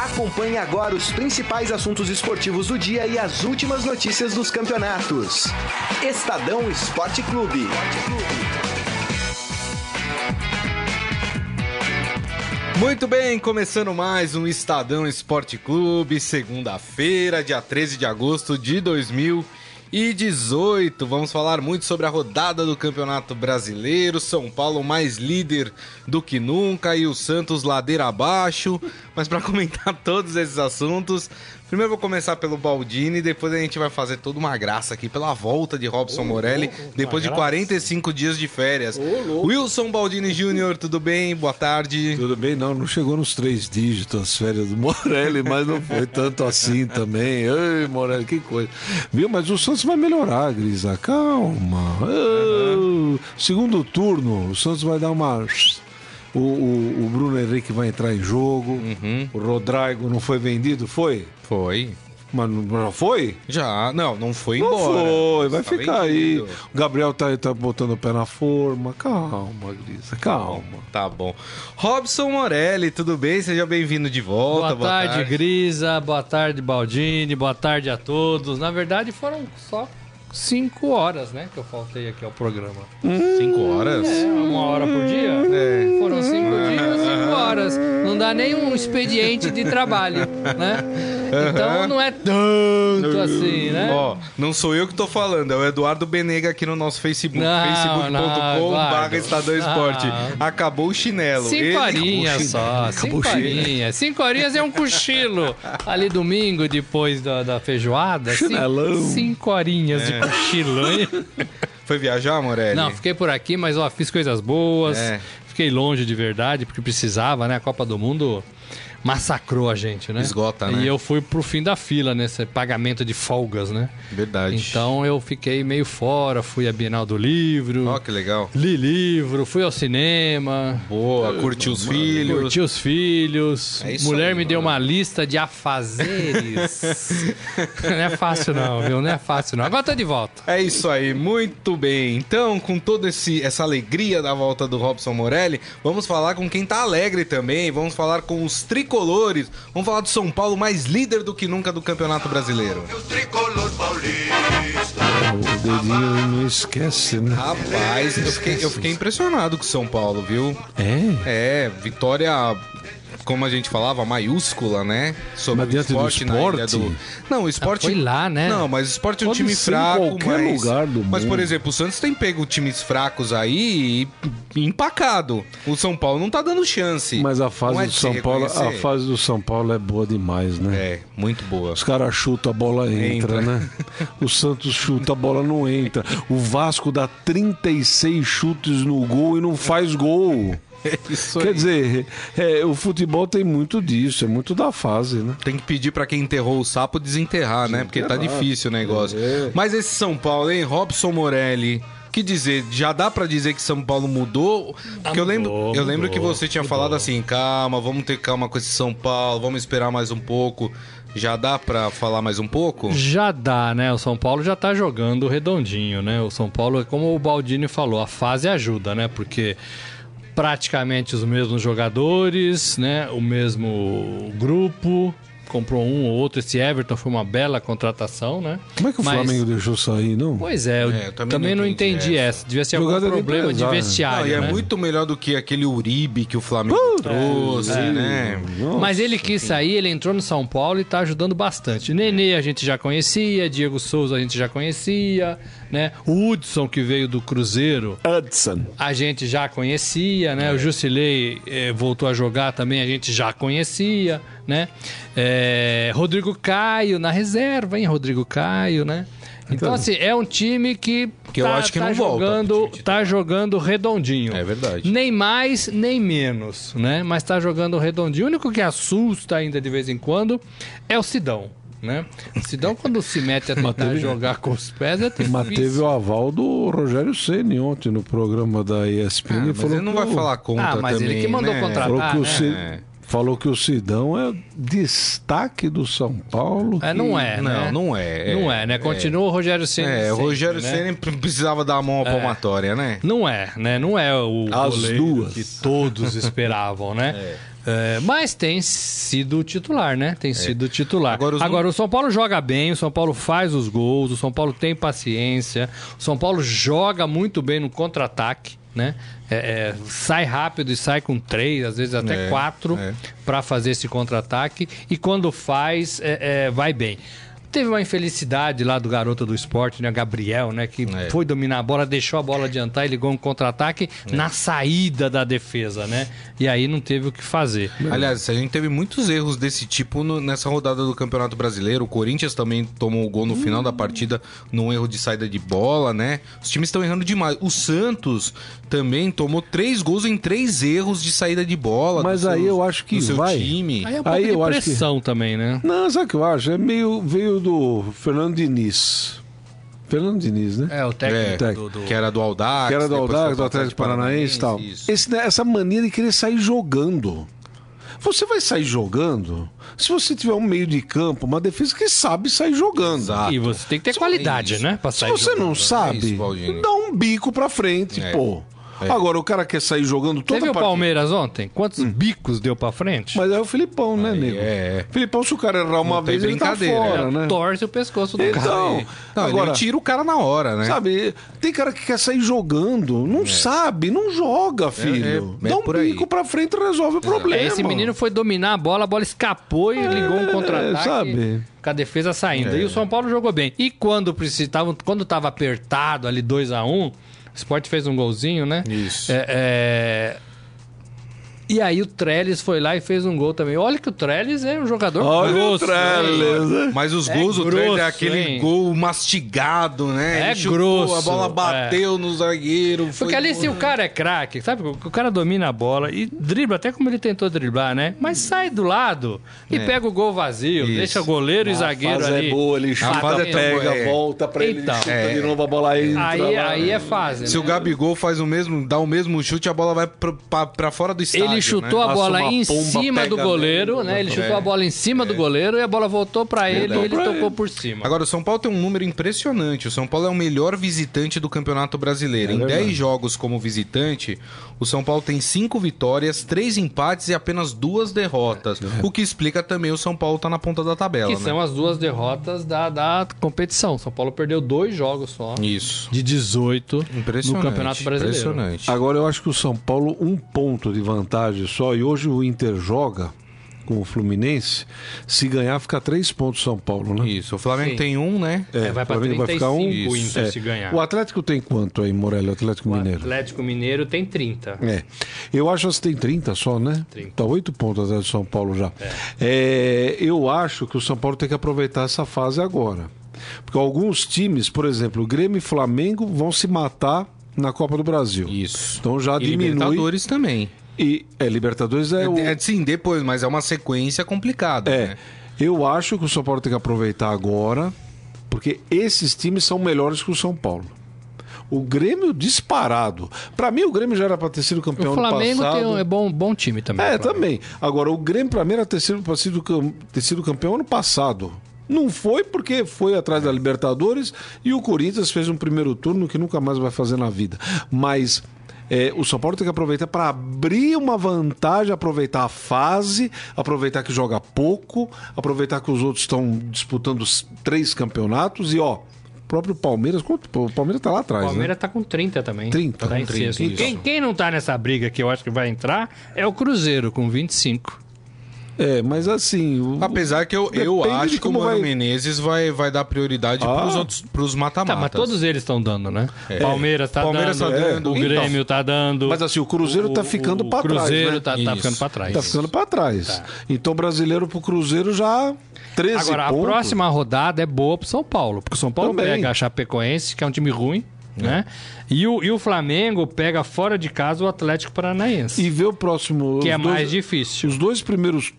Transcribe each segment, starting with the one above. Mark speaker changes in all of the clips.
Speaker 1: Acompanhe agora os principais assuntos esportivos do dia e as últimas notícias dos campeonatos. Estadão Esporte Clube.
Speaker 2: Muito bem, começando mais um Estadão Esporte Clube, segunda-feira, dia 13 de agosto de 2018. Vamos falar muito sobre a rodada do Campeonato Brasileiro. São Paulo mais líder do que nunca e o Santos ladeira abaixo. Mas para comentar todos esses assuntos, primeiro vou começar pelo Baldini, depois a gente vai fazer toda uma graça aqui pela volta de Robson Morelli, depois de 45 dias de férias. Wilson Baldini Júnior, tudo bem? Boa tarde.
Speaker 3: Tudo bem, não, não chegou nos três dígitos as férias do Morelli, mas não foi tanto assim também. Ei, Morelli, que coisa. Viu, mas o Santos vai melhorar, Grisa, calma. Ei, Segundo turno, o Santos vai dar uma... O, o- o Bruno Henrique vai entrar em jogo.
Speaker 2: Uhum.
Speaker 3: O Rodrigo não foi vendido? Foi?
Speaker 2: Foi.
Speaker 3: Mas não não foi?
Speaker 2: Já, não, não foi
Speaker 3: Não
Speaker 2: embora.
Speaker 3: foi, vai
Speaker 2: Tá
Speaker 3: ficar aí.
Speaker 2: vendido.
Speaker 3: O Gabriel tá, tá botando o pé na forma. Calma, Grisa, calma.
Speaker 2: Tá bom. Robson Morelli, tudo bem? Seja bem-vindo de volta.
Speaker 4: Boa, tarde, Grisa. Boa tarde, Baldini. Boa tarde a todos. Na verdade, foram só cinco horas, né, que eu faltei aqui ao programa.
Speaker 2: Cinco horas.
Speaker 4: É, uma hora por dia? É. Foram cinco dias, cinco horas. Não dá nem um expediente de trabalho, né? Então não é tanto assim, né?
Speaker 2: Ó, não sou eu que tô falando, é o Eduardo Benega aqui no nosso Facebook,
Speaker 4: Não, não,
Speaker 2: facebook.com barra
Speaker 4: Eduardo.
Speaker 2: Estadão Esporte.
Speaker 4: Não.
Speaker 2: Acabou o chinelo. Ele-
Speaker 4: Cinco horinhas só, cinco horinhas. Cinco horinhas é um cochilo. Ali domingo, depois da, da feijoada. cin-
Speaker 3: Chinelão.
Speaker 4: Cinco horinhas de cochilo, hein?
Speaker 2: Foi viajar, Morelli?
Speaker 4: Não, fiquei por aqui, mas ó, fiz coisas boas.
Speaker 2: É.
Speaker 4: Fiquei longe de verdade, porque precisava, né? A Copa do Mundo massacrou a gente, né?
Speaker 2: Esgota,
Speaker 4: E
Speaker 2: né?
Speaker 4: eu fui pro fim da fila nesse pagamento de folgas, né?
Speaker 2: Verdade.
Speaker 4: Então eu fiquei meio fora, fui à Bienal do Livro,
Speaker 2: Ó, que legal.
Speaker 4: li livro, fui ao cinema,
Speaker 2: Boa, curtiu os filhos.
Speaker 4: curti os filhos.
Speaker 2: É isso
Speaker 4: Mulher
Speaker 2: aí,
Speaker 4: me deu
Speaker 2: mano.
Speaker 4: uma lista de afazeres. não é fácil não, viu? Não é fácil não. Agora tô de volta.
Speaker 2: É isso aí, muito bem. Então, com toda esse- essa alegria da volta do Robson Morelli, vamos falar com quem tá alegre também, vamos falar com os tricolores, vamos falar do São Paulo mais líder do que nunca do Campeonato Brasileiro.
Speaker 5: tricolor paulista.
Speaker 2: Ah,
Speaker 3: O dedinho não esquece, né?
Speaker 2: Rapaz, eu fiquei, eu fiquei impressionado com o São Paulo, viu?
Speaker 3: É?
Speaker 2: É, vitória, como a gente falava, maiúscula, né? Sobre
Speaker 3: Mas dentro do esporte?
Speaker 2: Não, o esporte...
Speaker 4: Ah, foi lá, né?
Speaker 2: Não, mas o esporte é um
Speaker 3: Pode
Speaker 2: time
Speaker 3: ser em
Speaker 2: fraco,
Speaker 3: qualquer
Speaker 2: mas...
Speaker 3: lugar do
Speaker 2: mas, por
Speaker 3: mundo.
Speaker 2: exemplo, o Santos tem pego times fracos aí e empacado. O São Paulo não tá dando chance.
Speaker 3: Mas a
Speaker 2: Não
Speaker 3: fase
Speaker 2: é
Speaker 3: do
Speaker 2: de se
Speaker 3: São Paulo, a
Speaker 2: reconhecer.
Speaker 3: fase do São Paulo é boa demais, né?
Speaker 2: É, muito boa.
Speaker 3: Os caras chutam, a bola entra,
Speaker 2: Entra.
Speaker 3: né? O Santos chuta, a bola não entra. O Vasco dá 36 chutes no gol e não faz gol.
Speaker 2: Isso
Speaker 3: Quer
Speaker 2: aí.
Speaker 3: dizer, é, o futebol tem muito disso, é muito da fase, né?
Speaker 2: Tem que pedir pra quem enterrou o sapo desenterrar, né? Porque tá difícil o negócio.
Speaker 3: É.
Speaker 2: Mas esse São Paulo, hein? Robson Morelli. Que dizer, já dá pra dizer que São Paulo mudou?
Speaker 4: Ah,
Speaker 2: Porque eu lembro, eu lembro que você tinha falado assim: calma, vamos ter calma com esse São Paulo, vamos esperar mais um pouco. Já dá pra falar mais um pouco?
Speaker 4: Já dá, né? O São Paulo já tá jogando redondinho, né? O São Paulo, como o Baldini falou, a fase ajuda, né? Porque praticamente os mesmos jogadores, né? O mesmo grupo, comprou um ou outro. Esse Everton foi uma bela contratação, né?
Speaker 3: Como é que o
Speaker 4: Mas-
Speaker 3: Flamengo deixou sair, não?
Speaker 4: Pois é, eu,
Speaker 2: É, eu
Speaker 4: também, não entendi essa. Devia ser algum
Speaker 3: Jogada de
Speaker 4: problema de
Speaker 3: empresário.
Speaker 4: vestiário,
Speaker 2: Não, e é
Speaker 4: né? Uh!
Speaker 2: muito melhor do que aquele Uribe que o Flamengo trouxe, né?
Speaker 3: Nossa.
Speaker 4: Mas ele quis sair, ele entrou no São Paulo e tá ajudando bastante. Nenê a gente já conhecia, Diego Souza a gente já conhecia, né? O Hudson que veio do Cruzeiro
Speaker 3: Hudson.
Speaker 4: a gente já conhecia, né?
Speaker 2: É.
Speaker 4: O Jusilei eh, voltou a jogar também, a gente já conhecia, né? Eh, Rodrigo Caio na reserva, hein? Rodrigo Caio, né? Então, assim, é um time que, tá-
Speaker 2: Que eu acho que não volta pro
Speaker 4: jogando,
Speaker 2: time
Speaker 4: tá jogando redondinho.
Speaker 2: É verdade.
Speaker 4: Nem mais, nem menos, né? Mas tá jogando redondinho. O único que assusta ainda de vez em quando é o Sidão, né? O Sidão, quando se mete a tentar jogar com os pés, é difícil.
Speaker 3: Mas
Speaker 2: um
Speaker 3: teve o aval do Rogério Ceni ontem no programa da ESPN.
Speaker 2: Ah, mas
Speaker 3: falou
Speaker 2: ele não
Speaker 3: que
Speaker 2: vai
Speaker 3: o-
Speaker 2: falar contra
Speaker 4: Ah, mas ele
Speaker 2: também,
Speaker 4: que mandou
Speaker 2: né?
Speaker 4: contratar.
Speaker 3: Falou que o
Speaker 4: né?
Speaker 3: Ceni-
Speaker 2: É.
Speaker 3: Falou que o Sidão é destaque do São Paulo.
Speaker 4: É, não é,
Speaker 2: Não,
Speaker 4: né?
Speaker 2: não é.
Speaker 4: Não é, né? Continua o Rogério Ceni.
Speaker 2: É, o
Speaker 4: sempre,
Speaker 2: Rogério
Speaker 4: né?
Speaker 2: Ceni precisava dar a mão
Speaker 3: É.
Speaker 2: à palmatória, né?
Speaker 4: Não é, né? Não é o
Speaker 3: As
Speaker 4: goleiro
Speaker 3: duas.
Speaker 4: que todos esperavam, né? É, mas tem sido titular, né? Tem sido titular.
Speaker 2: É. Agora, os
Speaker 4: Agora, o São Paulo joga bem, o São Paulo faz os gols, o São Paulo tem paciência, o São Paulo joga muito bem no contra-ataque, né? É, é, sai rápido e sai com três, às vezes até
Speaker 2: É,
Speaker 4: quatro,
Speaker 2: é.
Speaker 4: para fazer esse contra-ataque. E quando faz, é, é, vai bem. Teve uma infelicidade lá do garoto do esporte, né? Gabriel, né? Que
Speaker 2: É.
Speaker 4: foi dominar a bola, deixou a bola adiantar e ligou um contra-ataque
Speaker 3: É.
Speaker 4: na saída da defesa, né? E aí não teve o que fazer.
Speaker 2: Aliás, a gente teve muitos erros desse tipo no- nessa rodada do Campeonato Brasileiro. O Corinthians também tomou o gol no final da partida num erro de saída de bola, né? Os times estão errando demais. O Santos também tomou três gols em três erros de saída de bola.
Speaker 3: Mas
Speaker 2: do
Speaker 3: aí
Speaker 2: seu-
Speaker 3: eu acho que
Speaker 2: do seu
Speaker 3: vai.
Speaker 2: time.
Speaker 4: Aí é um pouco
Speaker 3: Aí
Speaker 4: de
Speaker 3: eu acho que-
Speaker 4: pressão também, né?
Speaker 3: Não, sabe o que eu acho? É meio veio do Fernando Diniz. Fernando Diniz, né?
Speaker 4: É, o
Speaker 2: É,
Speaker 4: técnico do... do-
Speaker 2: que era do Aldax.
Speaker 3: que era do
Speaker 2: É, depois foi
Speaker 3: Aldax, do
Speaker 2: pro
Speaker 3: Atlético Paranaense e tal.
Speaker 2: isso.
Speaker 3: Esse- né, essa mania de querer sair jogando. Você vai sair jogando se você tiver um meio de campo, uma defesa que sabe sair jogando.
Speaker 2: Exato.
Speaker 4: E você tem que ter
Speaker 2: Só
Speaker 4: qualidade,
Speaker 2: isso.
Speaker 4: né? Pra
Speaker 3: ah, Se
Speaker 4: sair
Speaker 3: você
Speaker 4: jogando.
Speaker 3: não sabe,
Speaker 2: é isso, Paulinho.
Speaker 3: dá um bico pra frente,
Speaker 2: É.
Speaker 3: pô. Agora o cara quer sair jogando toda
Speaker 4: Você
Speaker 3: a
Speaker 4: viu o
Speaker 3: partida. Hum.
Speaker 4: Palmeiras ontem? Quantos bicos deu pra frente?
Speaker 3: Mas é o Filipão, né, nego?
Speaker 2: é.
Speaker 3: Filipão, se o cara errar uma
Speaker 2: Não tem
Speaker 3: vez, ele tá
Speaker 2: brincadeira, É,
Speaker 3: fora, né?
Speaker 4: Torce o pescoço do cara.
Speaker 3: Então,
Speaker 2: Não,
Speaker 3: agora,
Speaker 2: ele tira o cara na hora, né?
Speaker 3: sabe, tem cara que quer sair jogando, não sabe, não joga, filho.
Speaker 2: é
Speaker 3: Dá um
Speaker 2: por aí.
Speaker 3: bico pra frente e resolve o problema.
Speaker 4: É, esse menino foi dominar a bola, a bola escapou e ligou um contra-ataque.
Speaker 3: É, sabe? É.
Speaker 4: Com a defesa saindo. E o São Paulo jogou bem. E quando precisava, quando tava apertado ali 2 a 1 um, o Sport fez um golzinho, né?
Speaker 2: Isso.
Speaker 4: É, é, E aí o Trellis foi lá e fez um gol também. Olha que o Trellis é um jogador
Speaker 3: Olha
Speaker 4: grosso,
Speaker 3: o Trellis. né?
Speaker 2: Mas os
Speaker 4: É
Speaker 2: gols do Trent
Speaker 4: grosso,
Speaker 2: é aquele
Speaker 4: hein?
Speaker 2: gol mastigado, né?
Speaker 4: É
Speaker 2: Ele chutou,
Speaker 4: grosso,
Speaker 2: A bola bateu no zagueiro.
Speaker 4: Porque
Speaker 2: foi
Speaker 4: ali,
Speaker 2: gol.
Speaker 4: se o cara é craque, sabe? O o cara domina a bola e dribla, até como ele tentou driblar, né? Mas sai do lado e pega o gol vazio,
Speaker 2: Isso.
Speaker 4: deixa goleiro e zagueiro
Speaker 3: É. fase
Speaker 4: ali.
Speaker 3: é boa, ele
Speaker 2: A fase
Speaker 3: chuta,
Speaker 2: é tão boa,
Speaker 3: pega,
Speaker 2: é.
Speaker 3: volta pra ele,
Speaker 4: Então,
Speaker 3: ele chuta
Speaker 2: é.
Speaker 3: de novo, a bola entra.
Speaker 4: Aí,
Speaker 3: lá.
Speaker 4: aí é fase.
Speaker 2: Se
Speaker 4: né?
Speaker 2: o Gabigol faz o mesmo, dá o mesmo chute, a bola vai pro- pra, pra fora do estádio.
Speaker 4: Ele chutou
Speaker 2: né?
Speaker 4: a bola
Speaker 3: Passa uma
Speaker 4: em
Speaker 3: pomba,
Speaker 4: cima
Speaker 3: pega
Speaker 4: do goleiro, né? Ele
Speaker 2: É.
Speaker 4: chutou a bola em cima do goleiro e a bola voltou pra ele e
Speaker 3: Voltou
Speaker 4: ele
Speaker 3: pra
Speaker 4: tocou
Speaker 3: ele.
Speaker 4: por cima.
Speaker 2: Agora, o São Paulo tem um número impressionante. O São Paulo é o melhor visitante do Campeonato Brasileiro. em 10 jogos como visitante, o São Paulo tem 5 vitórias, 3 empates e apenas duas derrotas. O que explica também o São Paulo tá na ponta da tabela,
Speaker 4: que
Speaker 2: né?
Speaker 4: são as duas derrotas da, da competição. São Paulo perdeu dois jogos só.
Speaker 2: Isso.
Speaker 4: De 18 no
Speaker 2: Impressionante.
Speaker 4: Campeonato Brasileiro.
Speaker 2: Impressionante.
Speaker 3: Agora eu acho que o São Paulo um ponto de vantagem só e hoje o Inter joga com o Fluminense, se ganhar fica três pontos São Paulo, né?
Speaker 2: Isso. O Flamengo
Speaker 4: Sim.
Speaker 2: tem um, né?
Speaker 4: É, vai pra
Speaker 3: Flamengo
Speaker 4: 35
Speaker 3: vai ficar um.
Speaker 4: o Inter
Speaker 3: É.
Speaker 4: se ganhar.
Speaker 3: O Atlético tem quanto aí, Morelli? O Atlético
Speaker 4: O
Speaker 3: Mineiro.
Speaker 4: Atlético Mineiro tem 30.
Speaker 3: É. Eu acho que tem 30 só, né?
Speaker 4: 30.
Speaker 3: Tá 8 pontos atrás do São Paulo já. É, eu acho que o São Paulo tem que aproveitar essa fase agora. Porque alguns times, por exemplo, o Grêmio e Flamengo vão se matar na Copa do Brasil.
Speaker 2: Isso.
Speaker 3: Então já
Speaker 2: e
Speaker 3: diminui.
Speaker 2: Libertadores também.
Speaker 3: E é, Libertadores é,
Speaker 2: É,
Speaker 3: o.
Speaker 2: é, sim, depois, mas é uma sequência complicada.
Speaker 3: É.
Speaker 2: né?
Speaker 3: Eu acho que o São Paulo tem que aproveitar agora, porque esses times são melhores que o São Paulo. O Grêmio disparado. Pra mim, o Grêmio já era pra ter sido campeão
Speaker 4: O
Speaker 3: no
Speaker 4: Flamengo
Speaker 3: passado.
Speaker 4: tem um, é bom, bom time também.
Speaker 3: É,
Speaker 4: Flamengo.
Speaker 3: também. Agora, o Grêmio, pra mim, era ter sido, pra sido cam- ter sido campeão ano passado. Não foi porque foi atrás da Libertadores e o Corinthians fez um primeiro turno que nunca mais vai fazer na vida. Mas é, o São Paulo tem que aproveitar para abrir uma vantagem, aproveitar a fase, aproveitar que joga pouco, aproveitar que os outros estão disputando os três campeonatos e, ó, o próprio Palmeiras. quanto- O Palmeiras tá lá atrás,
Speaker 4: O
Speaker 3: né?
Speaker 4: Palmeiras tá com 30 também.
Speaker 3: 30.
Speaker 4: Tá em
Speaker 3: Com 30,
Speaker 4: sexto.
Speaker 3: isso.
Speaker 4: Quem, quem não tá nessa briga que eu acho que vai entrar é o Cruzeiro, com 25.
Speaker 3: É, mas assim. o-
Speaker 2: Apesar que eu, eu
Speaker 3: Depende de
Speaker 2: acho que o
Speaker 3: como
Speaker 2: Mano
Speaker 3: vai-
Speaker 2: Menezes vai, vai dar prioridade
Speaker 3: Ah.
Speaker 2: pros outros pros
Speaker 4: Tá,
Speaker 2: mata-matas.
Speaker 4: mas todos eles estão dando, né?
Speaker 3: É.
Speaker 4: Palmeiras tá
Speaker 2: Palmeiras
Speaker 4: dando,
Speaker 2: tá dando.
Speaker 4: o
Speaker 2: Então.
Speaker 4: Grêmio tá dando.
Speaker 3: Mas assim, o Cruzeiro tá ficando pra trás, né?
Speaker 4: Cruzeiro tá, tá
Speaker 2: Isso.
Speaker 4: ficando pra trás.
Speaker 3: Tá ficando pra trás. Então, brasileiro pro Cruzeiro já 13
Speaker 4: Agora, a
Speaker 3: pontos.
Speaker 4: próxima rodada é boa pro São Paulo, porque o São Paulo
Speaker 3: Também.
Speaker 4: pega a Chapecoense, que é um time ruim, né? E o, e o Flamengo pega fora de casa o Atlético Paranaense,
Speaker 3: E ver o próximo.
Speaker 4: que
Speaker 3: os
Speaker 4: é
Speaker 3: dois-
Speaker 4: mais difícil.
Speaker 3: Os dois primeiros.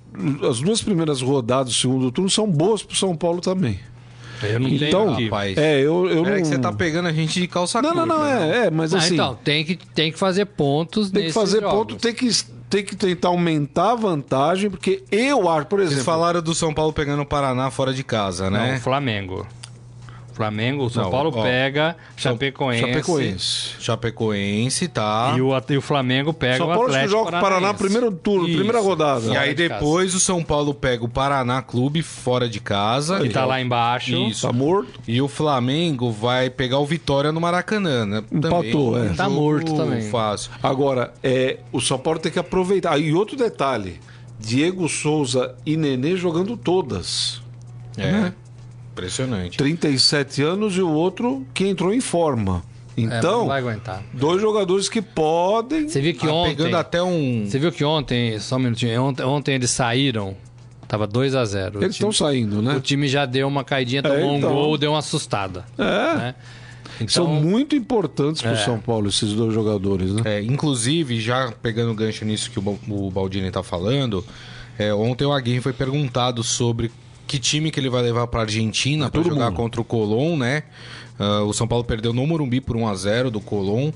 Speaker 3: As duas primeiras rodadas do segundo turno são boas pro São Paulo também.
Speaker 4: Eu não
Speaker 3: então,
Speaker 4: tenho aqui.
Speaker 2: rapaz.
Speaker 3: é, eu, eu
Speaker 2: É
Speaker 3: não.
Speaker 2: que você tá pegando a gente de calça
Speaker 3: Não, não,
Speaker 2: curta,
Speaker 3: não,
Speaker 2: né?
Speaker 3: é, é mas
Speaker 4: Ah,
Speaker 3: assim.
Speaker 4: então, tem que, tem que fazer pontos
Speaker 3: tem que
Speaker 4: nesses
Speaker 3: fazer
Speaker 4: jogos.
Speaker 3: ponto, tem que tem que tentar aumentar a vantagem, porque eu acho, por
Speaker 2: Vocês
Speaker 3: exemplo.
Speaker 2: falaram do São Paulo pegando o Paraná fora de casa,
Speaker 4: Não,
Speaker 2: né?
Speaker 4: Flamengo. Flamengo, o São
Speaker 2: Não,
Speaker 4: Paulo
Speaker 2: ó,
Speaker 4: pega Chapecoense,
Speaker 3: Chapecoense.
Speaker 2: Chapecoense, tá?
Speaker 4: E, o, at- e o Flamengo pega
Speaker 3: São
Speaker 4: o
Speaker 3: Paulo acho que
Speaker 4: Atlético
Speaker 3: joga com o Paraná
Speaker 4: Paranaense.
Speaker 3: primeiro turno,
Speaker 4: Isso. assim.
Speaker 3: primeira rodada.
Speaker 2: E
Speaker 4: Fora
Speaker 2: aí
Speaker 4: de casa.
Speaker 2: depois o São Paulo pega o Paraná Clube fora de casa.
Speaker 4: Que tá lá embaixo.
Speaker 2: Isso.
Speaker 3: Tá morto.
Speaker 2: E o Flamengo vai pegar o Vitória no Maracanã, né? Também
Speaker 3: Empatou, é.
Speaker 2: um
Speaker 4: Tá
Speaker 2: jogo
Speaker 4: morto também.
Speaker 2: Fácil.
Speaker 3: Agora, é, o São Paulo tem que aproveitar. Ah, E outro detalhe: Diego Souza e Nenê jogando todas.
Speaker 2: É.
Speaker 3: Né?
Speaker 2: Impressionante.
Speaker 3: 37 anos e o outro que entrou em forma.
Speaker 4: É,
Speaker 3: Então,
Speaker 4: não vai aguentar.
Speaker 3: dois jogadores que podem.
Speaker 4: Você viu que
Speaker 2: Ah,
Speaker 4: ontem.
Speaker 2: pegando até um.
Speaker 4: Você viu que ontem, só um minutinho, ontem, ontem eles saíram, tava 2 a 0
Speaker 3: Eles estão saindo,
Speaker 4: O
Speaker 3: né?
Speaker 4: time já deu uma caidinha, tomou
Speaker 3: então.
Speaker 4: um gol, deu uma assustada.
Speaker 3: É.
Speaker 4: né?
Speaker 3: São
Speaker 4: Então- É.
Speaker 3: muito importantes para o São Paulo, esses dois jogadores, né?
Speaker 2: É, inclusive, já pegando o gancho nisso que o, Ba- o Baldini tá falando, é, ontem o Aguirre foi perguntado sobre que time que ele vai levar pra Argentina pra
Speaker 3: É todo
Speaker 2: jogar
Speaker 3: mundo.
Speaker 2: contra o Colón, né? Ah, o São Paulo perdeu no Morumbi por 1 a 0 do Colón.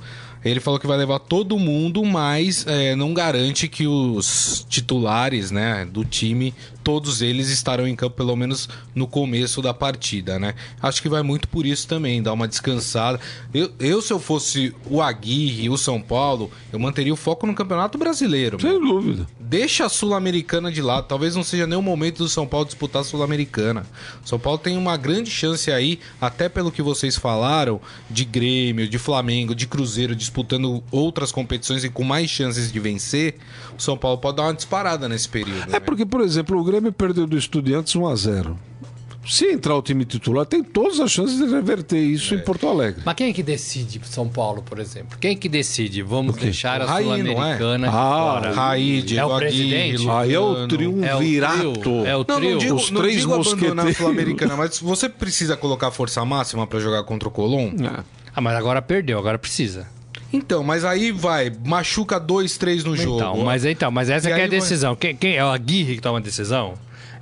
Speaker 2: Ele falou que vai levar todo mundo, mas é, não garante que os titulares, né, do time, todos eles estarão em campo pelo menos no começo da partida, né? Acho que vai muito por isso também, dar uma descansada. Eu, eu, se eu fosse o Aguirre, o São Paulo, eu manteria o foco no Campeonato
Speaker 4: É.
Speaker 2: Brasileiro. meu.
Speaker 3: Sem dúvida.
Speaker 2: Deixa a Sul-Americana de lado. Talvez não seja nem o momento do São Paulo disputar a Sul-Americana. O São Paulo tem uma grande chance aí, até pelo que vocês falaram, de Grêmio, de Flamengo, de Cruzeiro disputando outras competições e com mais chances de vencer. O São Paulo pode dar uma disparada nesse período. né?
Speaker 3: É porque, por exemplo, o Grêmio perdeu do Estudiantes 1 a 0 Se entrar o time titular, tem todas as chances de reverter isso em Porto Alegre.
Speaker 4: Mas quem é que decide pro São Paulo, por exemplo? Quem é que decide? Vamos deixar a
Speaker 2: Raí, não é?
Speaker 4: Sul-Americana de
Speaker 3: Ah,
Speaker 4: fora.
Speaker 2: Raí, Diego
Speaker 4: É o
Speaker 2: Aguirre,
Speaker 4: presidente?
Speaker 2: Lugano.
Speaker 3: Aí é o
Speaker 4: É o trio,
Speaker 3: triunvirato.
Speaker 4: é o
Speaker 2: Não, não
Speaker 4: trio.
Speaker 2: digo,
Speaker 3: Os
Speaker 2: não
Speaker 3: três
Speaker 2: digo abandonar a
Speaker 3: mosqueteiros.
Speaker 2: Sul-Americana, mas você precisa colocar força máxima pra jogar contra o Colom?
Speaker 3: É.
Speaker 4: Ah, mas agora perdeu, agora precisa.
Speaker 2: Então, mas aí vai, machuca dois, três no jogo.
Speaker 4: Então, mas então, mas essa
Speaker 2: E
Speaker 4: que é
Speaker 2: aí
Speaker 4: a
Speaker 2: vai-
Speaker 4: decisão. Quem, quem é o Aguirre que toma a decisão?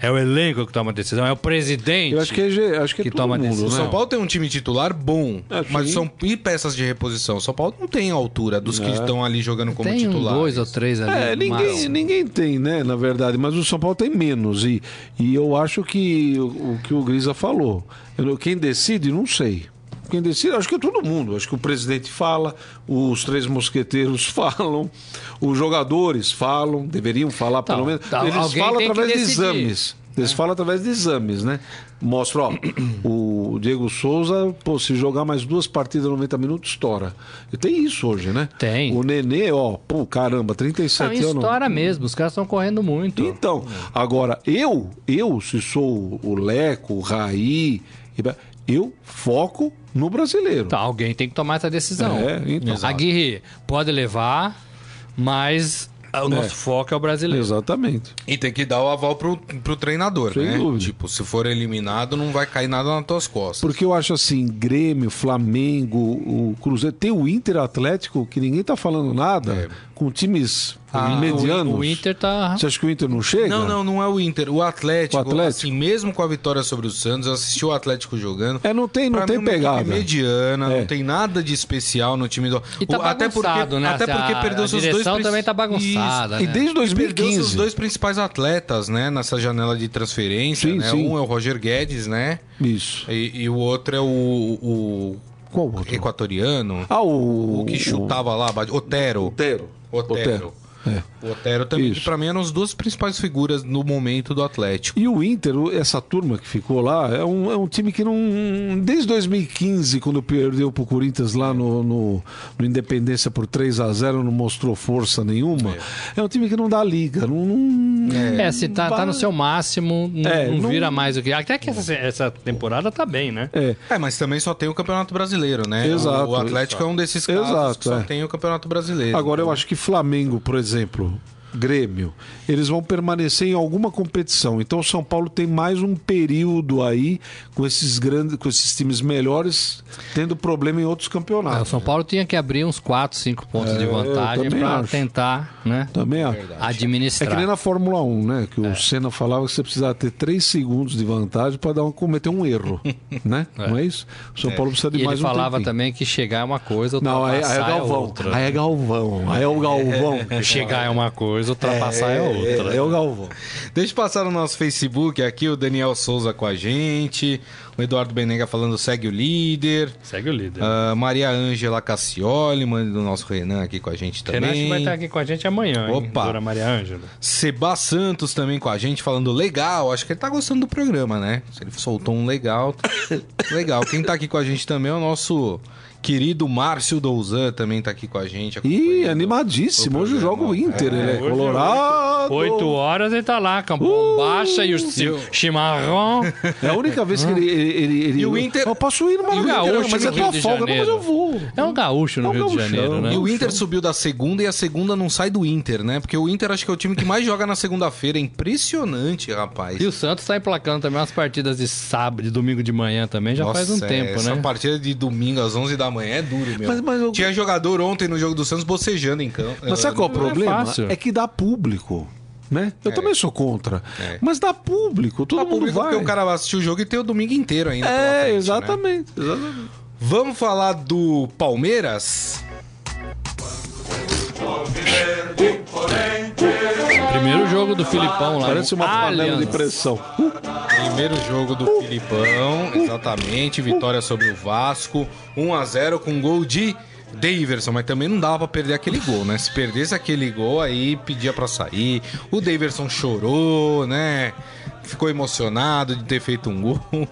Speaker 4: É o elenco que toma a decisão? É o presidente?
Speaker 3: Eu acho que é, acho que é
Speaker 4: Que
Speaker 3: todo
Speaker 4: toma
Speaker 3: mundo,
Speaker 4: decisão.
Speaker 3: né?
Speaker 2: O São Paulo tem um time titular bom,
Speaker 3: É,
Speaker 2: mas
Speaker 3: sim.
Speaker 2: são e peças de reposição. O São Paulo não tem a altura dos que estão ali jogando como
Speaker 4: tem um,
Speaker 2: titular.
Speaker 4: dois ou três ali.
Speaker 3: É,
Speaker 4: no
Speaker 3: ninguém,
Speaker 4: máximo.
Speaker 3: ninguém tem, né, na verdade, mas o São Paulo tem menos. E, e eu acho que o, o que o Grisa falou. eu- quem decide, não sei. Quem decide, acho que é todo mundo. Acho que o presidente fala, os três mosqueteiros falam, os jogadores falam, deveriam falar
Speaker 4: Então,
Speaker 3: pelo menos.
Speaker 4: tá,
Speaker 3: Eles
Speaker 4: alguém
Speaker 3: falam
Speaker 4: tem que
Speaker 3: através de
Speaker 4: decidir. né?
Speaker 3: exames. Eles falam através de exames, né? Mostra, ó, o Diego Souza, pô, se jogar mais duas partidas 90 minutos, estoura. E tem isso hoje, né?
Speaker 4: Tem.
Speaker 3: O Nenê, ó, pô, caramba, 37
Speaker 4: Não,
Speaker 3: anos.
Speaker 4: estoura mesmo, os caras estão correndo muito.
Speaker 3: Então, agora, eu, eu, se sou o Leco, o Raí, eu foco no brasileiro.
Speaker 4: Então, alguém tem que tomar essa decisão.
Speaker 3: É, então.
Speaker 4: Exato. Aguirre pode levar, mas o nosso foco é o brasileiro.
Speaker 3: Exatamente.
Speaker 2: E tem que dar o aval pro, pro treinador,
Speaker 3: Sem
Speaker 2: né?
Speaker 3: dúvida.
Speaker 2: Tipo, se for eliminado, não vai cair nada nas tuas costas.
Speaker 3: Porque eu acho assim, Grêmio, Flamengo, o Cruzeiro, tem o Inter Atlético, que ninguém tá falando nada, com times medianos.
Speaker 4: O Inter tá.
Speaker 3: Você acha que o Inter não chega?
Speaker 2: Não, não, não é o Inter. O Atlético,
Speaker 3: O Atlético?
Speaker 2: assim, mesmo com a vitória sobre o Santos, eu assisti o Atlético jogando.
Speaker 3: É, não tem, não
Speaker 2: Pra
Speaker 3: tem
Speaker 2: mim, uma equipe
Speaker 3: pegada.
Speaker 2: mediana,
Speaker 3: É.
Speaker 2: não tem nada de especial no time do.
Speaker 4: E tá
Speaker 2: O- até porque,
Speaker 4: bagunçado, né?
Speaker 2: até
Speaker 4: Assim,
Speaker 2: porque
Speaker 4: a-
Speaker 2: perdeu
Speaker 4: a
Speaker 2: seus dois
Speaker 4: direção
Speaker 2: prin-
Speaker 4: também tá bagunçada,
Speaker 3: E
Speaker 4: né?
Speaker 3: desde
Speaker 2: Perdeu
Speaker 3: 2015.
Speaker 2: seus dois principais atletas, né, nessa janela de transferência,
Speaker 3: Sim,
Speaker 2: né?
Speaker 3: sim.
Speaker 2: Um é o Roger Guedes, né?
Speaker 3: Isso.
Speaker 2: E, e o outro é o, o
Speaker 3: Qual outro?
Speaker 2: equatoriano,
Speaker 3: Ah, o.
Speaker 2: o que chutava lá, bate- Otero.
Speaker 3: Otero.
Speaker 2: Otero.
Speaker 3: É.
Speaker 2: O Otero também, que
Speaker 3: Isso.
Speaker 2: pra mim eram as duas principais figuras no momento do Atlético.
Speaker 3: E o Inter, o- essa turma que ficou lá, é um, é um time que não. Desde 2015, quando perdeu pro Corinthians lá no, no, no Independência por 3 a 0 não mostrou força nenhuma. É, um time que não dá liga. Não, não-
Speaker 4: É, se tá, tá no seu máximo, não,
Speaker 3: É,
Speaker 4: não
Speaker 3: não-
Speaker 4: vira mais o que. Até que essa, essa temporada tá bem, né?
Speaker 3: É.
Speaker 2: É, mas também só tem o Campeonato Brasileiro, né?
Speaker 3: Exato.
Speaker 2: O Atlético é um desses casos que
Speaker 3: Exato,
Speaker 2: só
Speaker 3: é.
Speaker 2: tem o Campeonato Brasileiro.
Speaker 3: Agora, eu acho que Flamengo, por exemplo, Grêmio, eles vão permanecer em alguma competição. Então, o São Paulo tem mais um período aí com esses grandes, com esses times melhores, tendo problema em outros
Speaker 4: É, o
Speaker 3: campeonatos.
Speaker 4: São Paulo tinha que abrir uns 4, 5 pontos de vantagem
Speaker 3: É, também
Speaker 4: pra
Speaker 3: acho.
Speaker 4: tentar, né?
Speaker 3: Também acho. É
Speaker 4: Administrar.
Speaker 3: que nem na Fórmula 1, né? Que
Speaker 4: É.
Speaker 3: o Senna falava que você precisava ter 3 segundos de vantagem para dar um, cometer um erro, né? Não é isso? O São Paulo precisa de
Speaker 4: E ele
Speaker 3: mais um
Speaker 4: falava
Speaker 3: tempinho.
Speaker 4: também que chegar é uma coisa,
Speaker 3: Não, aí, aí é
Speaker 4: ultrapassar é
Speaker 3: Galvão.
Speaker 4: outra.
Speaker 3: Aí é Galvão. Aí é o Galvão.
Speaker 4: Chegar é uma coisa, ultrapassar é, outra.
Speaker 3: É, é o Galvão.
Speaker 2: Deixa eu passar no nosso Facebook aqui, o Daniel Souza com a gente, o Eduardo Benega falando segue o líder,
Speaker 4: Segue o líder.
Speaker 2: ah, Maria Ângela Cassioli, manda o nosso Renan aqui com a gente
Speaker 3: é.
Speaker 2: também.
Speaker 4: Renato vai tá- estar aqui com a gente amanhã, hein,
Speaker 2: Opa.
Speaker 4: Dona Maria Ângela.
Speaker 2: Seba Santos também com a gente, falando legal. Acho que ele tá gostando do programa, né? Se ele soltou um legal. legal. Quem tá aqui com a gente também é o nosso querido Márcio Douzan, também tá aqui com a gente.
Speaker 3: Ih,
Speaker 2: acompanhando.
Speaker 3: animadíssimo. Hoje joga o Inter, ele é
Speaker 4: hoje é
Speaker 3: colorado.
Speaker 4: Oito horas ele tá lá, com a
Speaker 3: Uh!
Speaker 4: bombacha e o chi- chimarrão.
Speaker 3: É a única vez que ele. ele, ele- ele-
Speaker 2: E o Inter-
Speaker 3: Eu posso ir no
Speaker 4: E o
Speaker 3: Maracanã,
Speaker 4: Gaúcho
Speaker 3: mas é
Speaker 4: no
Speaker 3: tua
Speaker 4: Rio de
Speaker 3: folga. Não, mas
Speaker 4: Janeiro.
Speaker 3: eu vou.
Speaker 4: É um gaúcho no
Speaker 3: É um
Speaker 4: Rio de
Speaker 3: gauchão.
Speaker 4: Janeiro, né?
Speaker 2: E o Inter subiu da segunda e a segunda não sai do Inter, né? Porque o Inter acho que é o time que mais joga na segunda-feira. É impressionante, rapaz.
Speaker 4: E o Santos tá emplacando também umas partidas de sábado, de domingo de manhã também, já
Speaker 2: Nossa,
Speaker 4: faz um
Speaker 2: é,
Speaker 4: tempo,
Speaker 2: Essa
Speaker 4: né?
Speaker 2: partida de domingo às 11 da manhã é duro, meu.
Speaker 3: Mas- mas eu-
Speaker 4: tipo,
Speaker 2: Tinha jogador ontem no jogo do Santos bocejando em campo. eh,
Speaker 3: Mas sabe qual é o
Speaker 4: não é
Speaker 3: problema?
Speaker 4: fácil.
Speaker 3: É, que dá público. Né? Eu também sou contra.
Speaker 2: É.
Speaker 3: Mas dá público, todo
Speaker 2: Tá
Speaker 3: mundo
Speaker 2: público
Speaker 3: vai.
Speaker 2: porque o cara assistiu o jogo e tem o domingo inteiro ainda. pela
Speaker 3: É,
Speaker 2: frente, né?
Speaker 3: exatamente, exatamente.
Speaker 2: Vamos falar do Palmeiras?
Speaker 4: Primeiro jogo do Filipão lá.
Speaker 3: Parece
Speaker 4: Tá no
Speaker 3: uma panela de
Speaker 4: Allianz.
Speaker 3: pressão.
Speaker 2: Primeiro jogo do Filipão, exatamente. Vitória sobre o Vasco, 1 a 0 com gol de Daverson, mas também não dava pra perder aquele gol, né? Se perdesse aquele gol aí, pedia pra sair. O Daverson chorou, né? Ficou emocionado de ter feito um gol.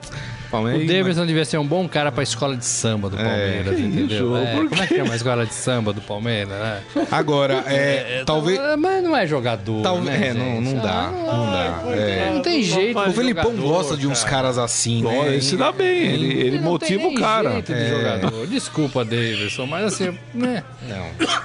Speaker 2: Palmeiras,
Speaker 4: O Davidson devia ser um bom cara pra escola de samba do
Speaker 2: É.
Speaker 4: Palmeiras,
Speaker 3: que
Speaker 4: entendeu?
Speaker 3: isso?
Speaker 4: É,
Speaker 3: Por
Speaker 4: como é que é uma escola de samba do Palmeiras, né?
Speaker 2: Agora, é, talvez,
Speaker 4: Ah, Mas não é jogador,
Speaker 2: talvez,
Speaker 4: né,
Speaker 2: é, não,
Speaker 4: gente?
Speaker 2: não dá,
Speaker 4: Ah,
Speaker 2: não dá. é.
Speaker 4: Não tem jeito.
Speaker 2: O Felipão gosta de uns caras assim,
Speaker 3: Ó,
Speaker 2: né?
Speaker 3: esse dá bem, ele, ele
Speaker 4: não tem
Speaker 3: motiva o
Speaker 4: nem
Speaker 3: cara. É.
Speaker 4: jeito
Speaker 2: É.
Speaker 4: de jogador. Desculpa, Davidson, mas assim, né?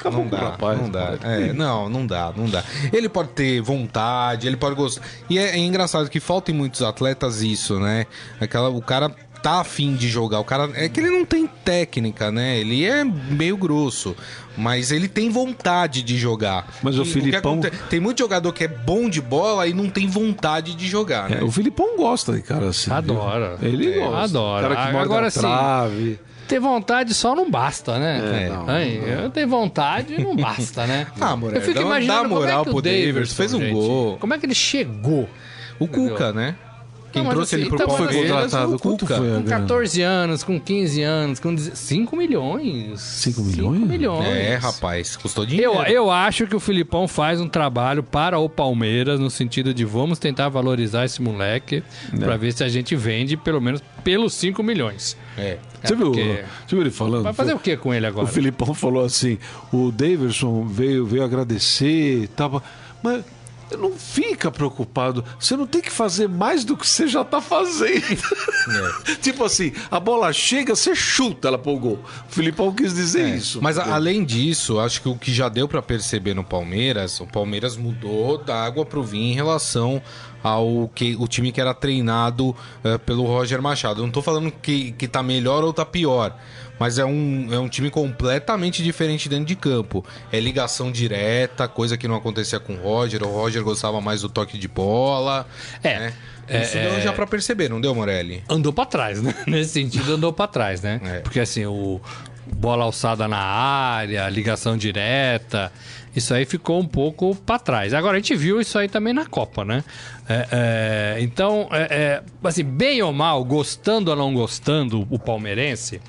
Speaker 2: Não, não dá,
Speaker 3: rapaz,
Speaker 2: não dá. É, não, não dá, não dá. Ele pode ter vontade, ele pode gostar. E é, é engraçado que falta em muitos atletas isso, né? Aquela, o cara tá afim de jogar, o cara é que ele não tem técnica, né? Ele é meio grosso, mas ele tem vontade de jogar.
Speaker 3: Mas o
Speaker 2: que
Speaker 3: Filipão-
Speaker 2: aconte- tem muito jogador que é bom de bola e não tem vontade de jogar, né?
Speaker 3: É, o Filipão gosta de cara assim. viu?
Speaker 4: Adora.
Speaker 3: Ele
Speaker 4: É,
Speaker 3: gosta.
Speaker 4: adora.
Speaker 3: Cara que morde
Speaker 4: Agora
Speaker 3: a
Speaker 4: sim.
Speaker 3: trave.
Speaker 4: Ter vontade só não basta, né?
Speaker 3: É, não,
Speaker 4: Aí, Eu ter vontade não basta, né?
Speaker 2: Ah, Morelli,
Speaker 4: eu fico
Speaker 2: dá- dá
Speaker 4: imaginando como
Speaker 2: moral
Speaker 4: é que o
Speaker 2: pro Davidson,
Speaker 4: Davidson
Speaker 2: fez um
Speaker 4: gente,
Speaker 2: gol.
Speaker 4: Como é que ele chegou?
Speaker 2: O Cuca, né? Quem
Speaker 4: Não, mas
Speaker 2: trouxe
Speaker 4: assim,
Speaker 2: ele pro
Speaker 4: então, mas
Speaker 3: Foi
Speaker 4: assim,
Speaker 2: Palmeiras
Speaker 3: contratado.
Speaker 2: o
Speaker 3: Quanto
Speaker 2: Cuca.
Speaker 3: foi a
Speaker 4: Com
Speaker 3: grana?
Speaker 4: 14 anos, com 15 anos, com 5 milhões.
Speaker 3: 5 milhões?
Speaker 4: 5 milhões.
Speaker 2: É, rapaz, custou dinheiro.
Speaker 4: Eu, eu acho que o Filipão faz um trabalho para o Palmeiras no sentido de vamos tentar valorizar esse moleque para ver se a gente vende pelo menos pelos 5 milhões.
Speaker 2: É.
Speaker 3: Você viu,
Speaker 4: porque-
Speaker 3: você viu ele falando?
Speaker 4: Vai fazer o que com ele agora?
Speaker 3: O Filipão falou assim: o Daverson veio, veio agradecer e tal. Mas não fica preocupado. Você não tem que fazer mais do que você já tá fazendo. tipo assim, a bola chega, você chuta ela pro gol. O Filipão quis dizer isso.
Speaker 2: Mas a- além disso, acho que o que já deu pra perceber no Palmeiras, o Palmeiras mudou da água pro vinho em relação ao que o time que era treinado eh, pelo Roger Machado. Eu Não tô falando que, que tá melhor ou tá pior, mas é um, é um time completamente diferente dentro de campo. É ligação direta, coisa que não acontecia com o Roger. O Roger gostava mais do toque de bola.
Speaker 4: É,
Speaker 2: né?
Speaker 4: é,
Speaker 2: Isso deu já pra perceber, não deu, Morelli?
Speaker 4: Andou pra trás, né? Nesse sentido, andou pra trás, né?
Speaker 2: É.
Speaker 4: Porque assim, o bola alçada na área, ligação direta, isso aí ficou um pouco pra trás. Agora, a gente viu isso aí também na Copa, né? É, é, então, é, é, assim, bem ou mal, gostando ou não gostando, o palmeirense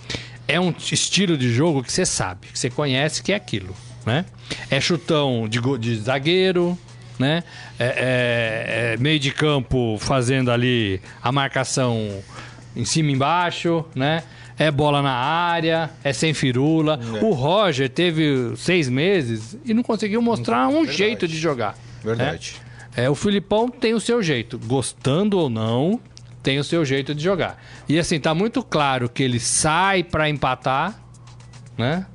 Speaker 4: é um t- estilo de jogo que você sabe, que você conhece que é aquilo, né? É chutão de, go- de zagueiro, né? É- é- é meio de campo fazendo ali a marcação em cima e embaixo, né? É bola na área, é sem firula. O Roger teve seis meses e não conseguiu mostrar um jeito de jogar.
Speaker 2: Verdade.
Speaker 4: né? É, o Filipão tem o seu jeito, gostando ou não, tem o seu jeito de jogar. E assim, tá muito claro que ele sai pra empatar, né?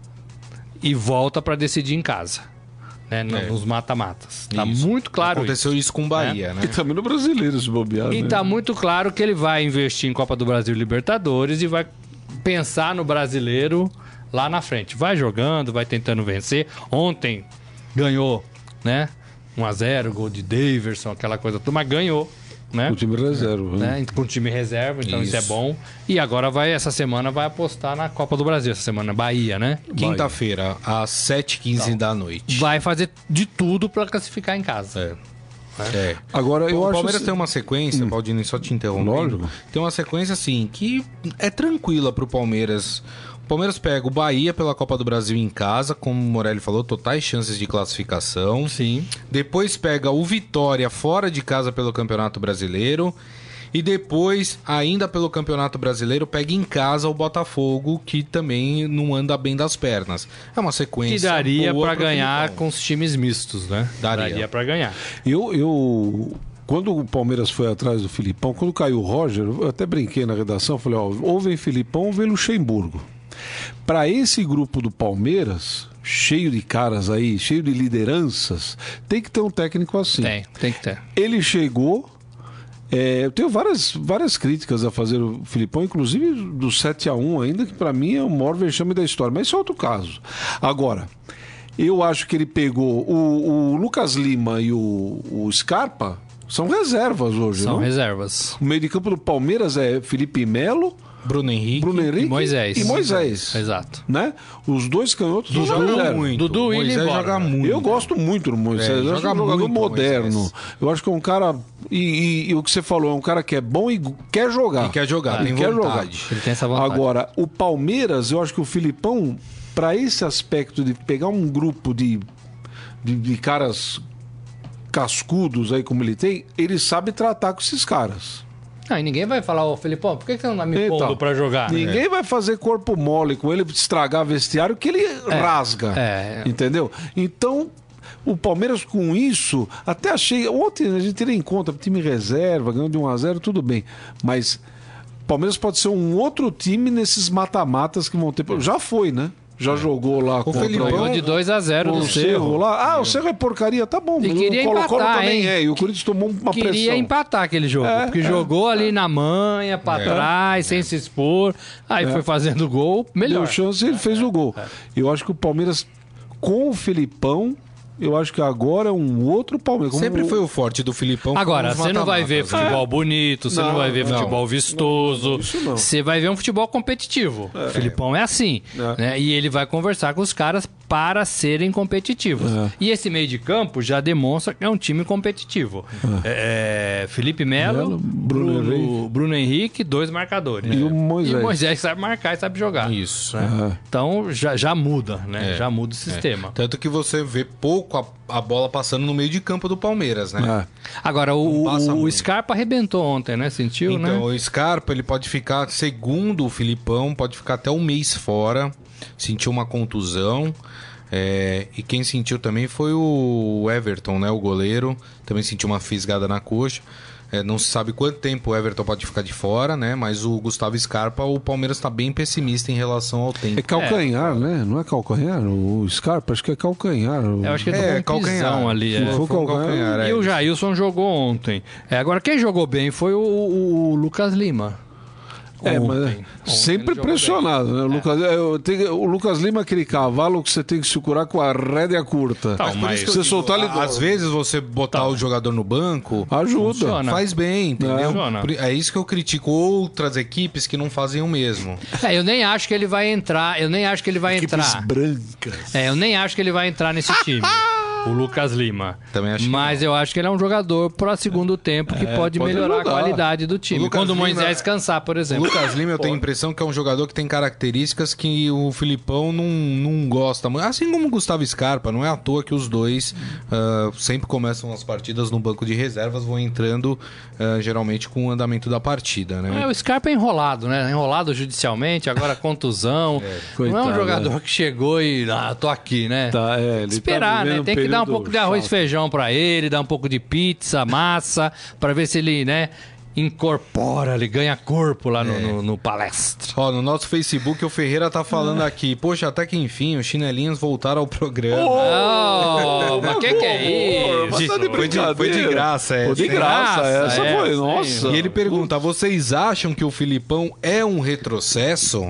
Speaker 4: E volta pra decidir em casa, né? No-
Speaker 2: É.
Speaker 4: Nos mata-matas. Tá
Speaker 2: Isso.
Speaker 4: muito claro isso.
Speaker 2: Aconteceu isso com o Bahia, né?
Speaker 3: E também no tá brasileiro se bobear.
Speaker 4: E
Speaker 3: né?
Speaker 4: tá muito claro que ele vai investir em Copa do Brasil e Libertadores e vai pensar no brasileiro lá na frente. Vai jogando, vai tentando vencer. Ontem um ganhou, né? 1 a 0 gol de Daverson, aquela coisa toda, mas ganhou. né?
Speaker 3: O time reserva.
Speaker 4: né? Com o time reserva, então isso. é
Speaker 2: Isso.
Speaker 4: bom. E agora vai, essa semana, vai apostar na Copa do Brasil, essa semana, Bahia, né?
Speaker 2: Quinta-feira, às 7h15 da noite.
Speaker 4: Tá. Vai fazer de tudo pra classificar em casa.
Speaker 2: É. É.
Speaker 3: Agora, eu
Speaker 2: o
Speaker 3: acho.
Speaker 2: Palmeiras tem uma
Speaker 4: Hum.
Speaker 2: sequência, Paulinho, só te interrompendo.
Speaker 3: Lógico.
Speaker 2: Tem uma sequência, assim, que é tranquila pro Palmeiras. O Palmeiras pega o Bahia pela Copa do Brasil em casa, como o Morelli falou, totais chances de classificação.
Speaker 4: Sim.
Speaker 2: Depois pega o Vitória fora de casa pelo Campeonato Brasileiro. E depois, ainda pelo Campeonato Brasileiro, pega em casa o Botafogo, que também não anda bem das pernas. É uma
Speaker 4: Que
Speaker 2: sequência.
Speaker 4: daria
Speaker 2: boa
Speaker 4: pra
Speaker 2: pro
Speaker 4: ganhar
Speaker 2: Filipão.
Speaker 4: com os times mistos, né?
Speaker 2: Daria.
Speaker 4: pra ganhar.
Speaker 3: Eu, eu- quando o Palmeiras foi atrás do Filipão, quando caiu o Roger, eu até brinquei na redação, falei, ó, ou vem Filipão ou vem Luxemburgo. Para esse grupo do Palmeiras, cheio de caras aí, cheio de lideranças, tem que ter um técnico assim.
Speaker 4: Tem, tem que ter.
Speaker 3: Ele chegou. é, eu tenho várias, várias críticas a fazer o Filipão, inclusive do 7 a 1 ainda, que para mim é o maior vexame da história, mas isso é outro caso. Agora, eu acho que ele pegou o, o Lucas Lima e o, o Scarpa são reservas hoje,
Speaker 4: São
Speaker 3: não?
Speaker 4: reservas.
Speaker 3: O meio de campo do Palmeiras é Felipe Melo,
Speaker 2: Bruno Henrique.
Speaker 3: Bruno Henrique
Speaker 4: E Moisés.
Speaker 3: e Moisés,
Speaker 4: Exato.
Speaker 3: né? Os dois canhotos são reserva.
Speaker 4: Dudu,
Speaker 2: Moisés
Speaker 4: ele embora.
Speaker 2: joga muito.
Speaker 3: Eu gosto muito do Moisés.
Speaker 2: É,
Speaker 3: eu acho
Speaker 2: joga
Speaker 3: um jogador
Speaker 2: muito,
Speaker 3: moderno.
Speaker 2: Moisés.
Speaker 3: Eu acho que é um cara. E, e- e o que você falou, é um cara que é bom e quer jogar.
Speaker 2: E quer jogar,
Speaker 3: E
Speaker 2: tem
Speaker 3: quer
Speaker 2: vontade.
Speaker 3: jogar.
Speaker 4: Ele tem essa vontade.
Speaker 3: Agora, o Palmeiras, eu acho que o Filipão, para esse aspecto de pegar um grupo de, de, de caras cascudos aí como ele tem, ele sabe tratar com esses caras.
Speaker 4: Não, e ninguém vai falar, ô Felipão, por que que você não tá me
Speaker 3: Então,
Speaker 4: pondo pra jogar?
Speaker 3: Ninguém vai fazer corpo mole com ele, estragar vestiário, que ele rasga.
Speaker 4: é.
Speaker 3: Entendeu? Então, o Palmeiras com isso, até achei. Ontem a gente teria em conta, time reserva, ganhou de 1 a 0 tudo bem. Mas o Palmeiras pode ser um outro time nesses mata-matas que vão ter. Já foi, né? Já jogou lá com
Speaker 2: Felipão-
Speaker 4: Ganhou de 2 a 0
Speaker 3: o
Speaker 4: do
Speaker 3: Cerro
Speaker 4: Cerro.
Speaker 3: lá. Ah, o Cerro é porcaria, tá bom.
Speaker 4: E
Speaker 3: mas
Speaker 4: queria
Speaker 3: o Colo-Colo
Speaker 4: empatar,
Speaker 3: também
Speaker 4: hein?
Speaker 3: é. E o Corinthians tomou uma
Speaker 4: Queria
Speaker 3: pressão.
Speaker 4: empatar aquele jogo, porque jogou ali na manha, pra
Speaker 2: É.
Speaker 4: trás, sem se expor. Aí foi fazendo gol, melhor. É,
Speaker 3: Deu chance, ele fez o gol. Eu acho que o Palmeiras, com o Filipão, eu acho que agora é um outro Palmeiras. Como
Speaker 2: Sempre foi o forte do Filipão.
Speaker 4: Agora,
Speaker 2: foram os
Speaker 4: você não vai ver
Speaker 2: mata-matas, né?
Speaker 4: futebol bonito, você não,
Speaker 3: Não,
Speaker 4: vai ver
Speaker 2: não.
Speaker 4: futebol vistoso,
Speaker 3: isso não.
Speaker 4: você vai ver um futebol competitivo. O Filipão é assim,
Speaker 3: É.
Speaker 4: né? E ele vai conversar com os caras para serem competitivos. E esse meio de campo já demonstra que é um time competitivo. É, Felipe Melo,
Speaker 3: Melo,
Speaker 4: Bruno,
Speaker 3: Bruno
Speaker 4: Bruno Henrique. dois marcadores.
Speaker 3: E o Moisés.
Speaker 4: E Moisés sabe marcar e sabe jogar.
Speaker 2: Isso.
Speaker 4: né? Então já, já muda, né?
Speaker 2: É.
Speaker 4: Já muda o sistema.
Speaker 2: Tanto que você vê pouco a, a bola passando no meio de campo do Palmeiras, né?
Speaker 3: É.
Speaker 4: Agora, o,
Speaker 2: Não passa
Speaker 4: o
Speaker 2: muito.
Speaker 4: Scarpa arrebentou ontem, né? Sentiu, né?
Speaker 2: Então, o Scarpa, ele pode ficar, segundo o Filipão, pode ficar até um mês fora, sentiu uma contusão. É, e quem sentiu também foi o Everton, né? O goleiro. Também sentiu uma fisgada na coxa. É, não se sabe quanto tempo o Everton pode ficar de fora, né? Mas o Gustavo Scarpa, o Palmeiras está bem pessimista em relação ao tempo.
Speaker 3: É calcanhar, né? Não é calcanhar? O Scarpa, acho que é calcanhar.
Speaker 4: Eu acho que ele
Speaker 2: É,
Speaker 4: tomou um
Speaker 2: calcanhar.
Speaker 4: pisão ali.
Speaker 3: Se
Speaker 4: é.
Speaker 3: for
Speaker 2: Foi um
Speaker 3: calcanhar,
Speaker 2: calcanhar,
Speaker 4: E
Speaker 2: é.
Speaker 4: o Jailson jogou ontem. É, agora, quem jogou bem foi o, o- o Lucas Lima.
Speaker 3: É,
Speaker 4: Ontem.
Speaker 3: mas
Speaker 4: Ontem ele
Speaker 3: sempre
Speaker 4: jogou
Speaker 3: pressionado, né? O, Lucas, é, eu tenho- o Lucas Lima é aquele cavalo que você tem que segurar com a rédea curta.
Speaker 4: Tá,
Speaker 2: por isso que eu
Speaker 3: Se você
Speaker 2: digo, Tá.
Speaker 3: soltar, ele
Speaker 2: Às vezes você botar o jogador no banco
Speaker 3: ajuda.
Speaker 4: Funciona.
Speaker 2: faz bem, entendeu?
Speaker 4: Funciona.
Speaker 2: Por- É isso que eu critico outras equipes que não fazem o mesmo.
Speaker 4: É, eu nem acho que ele vai entrar. Eu nem acho que ele vai entrar.
Speaker 3: brancas.
Speaker 4: É, eu nem acho que ele vai entrar nesse time. O Lucas Lima.
Speaker 2: Também acho que É,
Speaker 4: Mas eu acho que ele é um jogador para segundo tempo que
Speaker 3: pode
Speaker 4: pode, melhorar
Speaker 3: ajudar.
Speaker 4: a qualidade do time.
Speaker 2: O Lucas
Speaker 4: Quando o
Speaker 2: Lima-
Speaker 4: Moisés cansar, por
Speaker 2: O
Speaker 4: exemplo.
Speaker 2: Lucas Lima, eu tenho a impressão que é um jogador que tem características que o Filipão não, não gosta muito. Assim como o Gustavo Scarpa, não é à toa que os dois ah, sempre começam as partidas no banco de reservas, vão entrando ah, geralmente com o andamento da partida, né?
Speaker 4: É, o Scarpa é enrolado, né? Enrolado judicialmente, agora contusão. Não é um
Speaker 3: Coitado,
Speaker 4: jogador que chegou e. Ah, tô aqui, né?
Speaker 3: Tá, é, ele tá
Speaker 4: Esperar,
Speaker 3: vivendo
Speaker 4: né?
Speaker 3: um
Speaker 4: Tem que dar um
Speaker 3: período
Speaker 4: pouco de arroz e
Speaker 3: chato.
Speaker 4: feijão pra ele, dar um pouco de pizza, massa, pra ver se ele, né? Incorpora, ele ganha corpo lá
Speaker 3: É.
Speaker 4: no, no- no palestra.
Speaker 2: Ó, no nosso Facebook, o Ferreira tá
Speaker 4: Ah.
Speaker 2: falando aqui. Poxa, até que enfim, os chinelinhos voltaram ao programa.
Speaker 4: Oh, mas o que, que é
Speaker 3: Mas
Speaker 4: isso?
Speaker 3: tá de
Speaker 2: Foi de-
Speaker 3: brincadeira.
Speaker 2: foi de graça essa,
Speaker 3: Foi de
Speaker 2: hein?
Speaker 3: graça
Speaker 4: é. Graça é,
Speaker 3: essa.
Speaker 4: essa,
Speaker 3: Foi,
Speaker 4: hein?
Speaker 3: nossa.
Speaker 2: E ele pergunta: vocês acham que o Filipão é um retrocesso?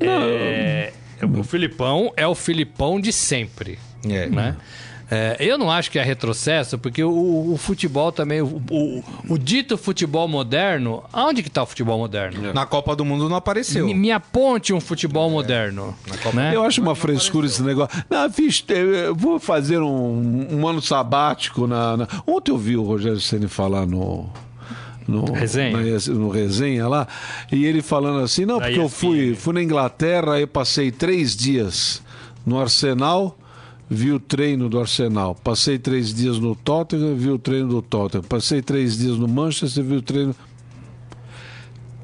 Speaker 4: É, o Filipão é o Filipão de sempre.
Speaker 2: É.
Speaker 4: né? É, eu não acho que é retrocesso, porque o, o futebol também, o, o- o dito futebol moderno, aonde que tá o futebol moderno?
Speaker 2: Na Copa do Mundo não apareceu.
Speaker 4: Me, me aponte um futebol moderno.
Speaker 2: É.
Speaker 4: né?
Speaker 3: Eu acho uma frescura esse negócio. Não, fiz, eu vou fazer um, um ano sabático. Na, na- Ontem eu vi o Rogério Ceni falar no. No
Speaker 4: Resenha.
Speaker 3: na- no resenha lá. E ele falando assim: não,
Speaker 4: Da
Speaker 3: porque eu fui,
Speaker 4: ESPN.
Speaker 3: fui na Inglaterra e passei três dias no Arsenal. Vi o treino do Arsenal. Passei três dias no Tottenham, vi o treino do Tottenham. Passei três dias no Manchester, vi o treino.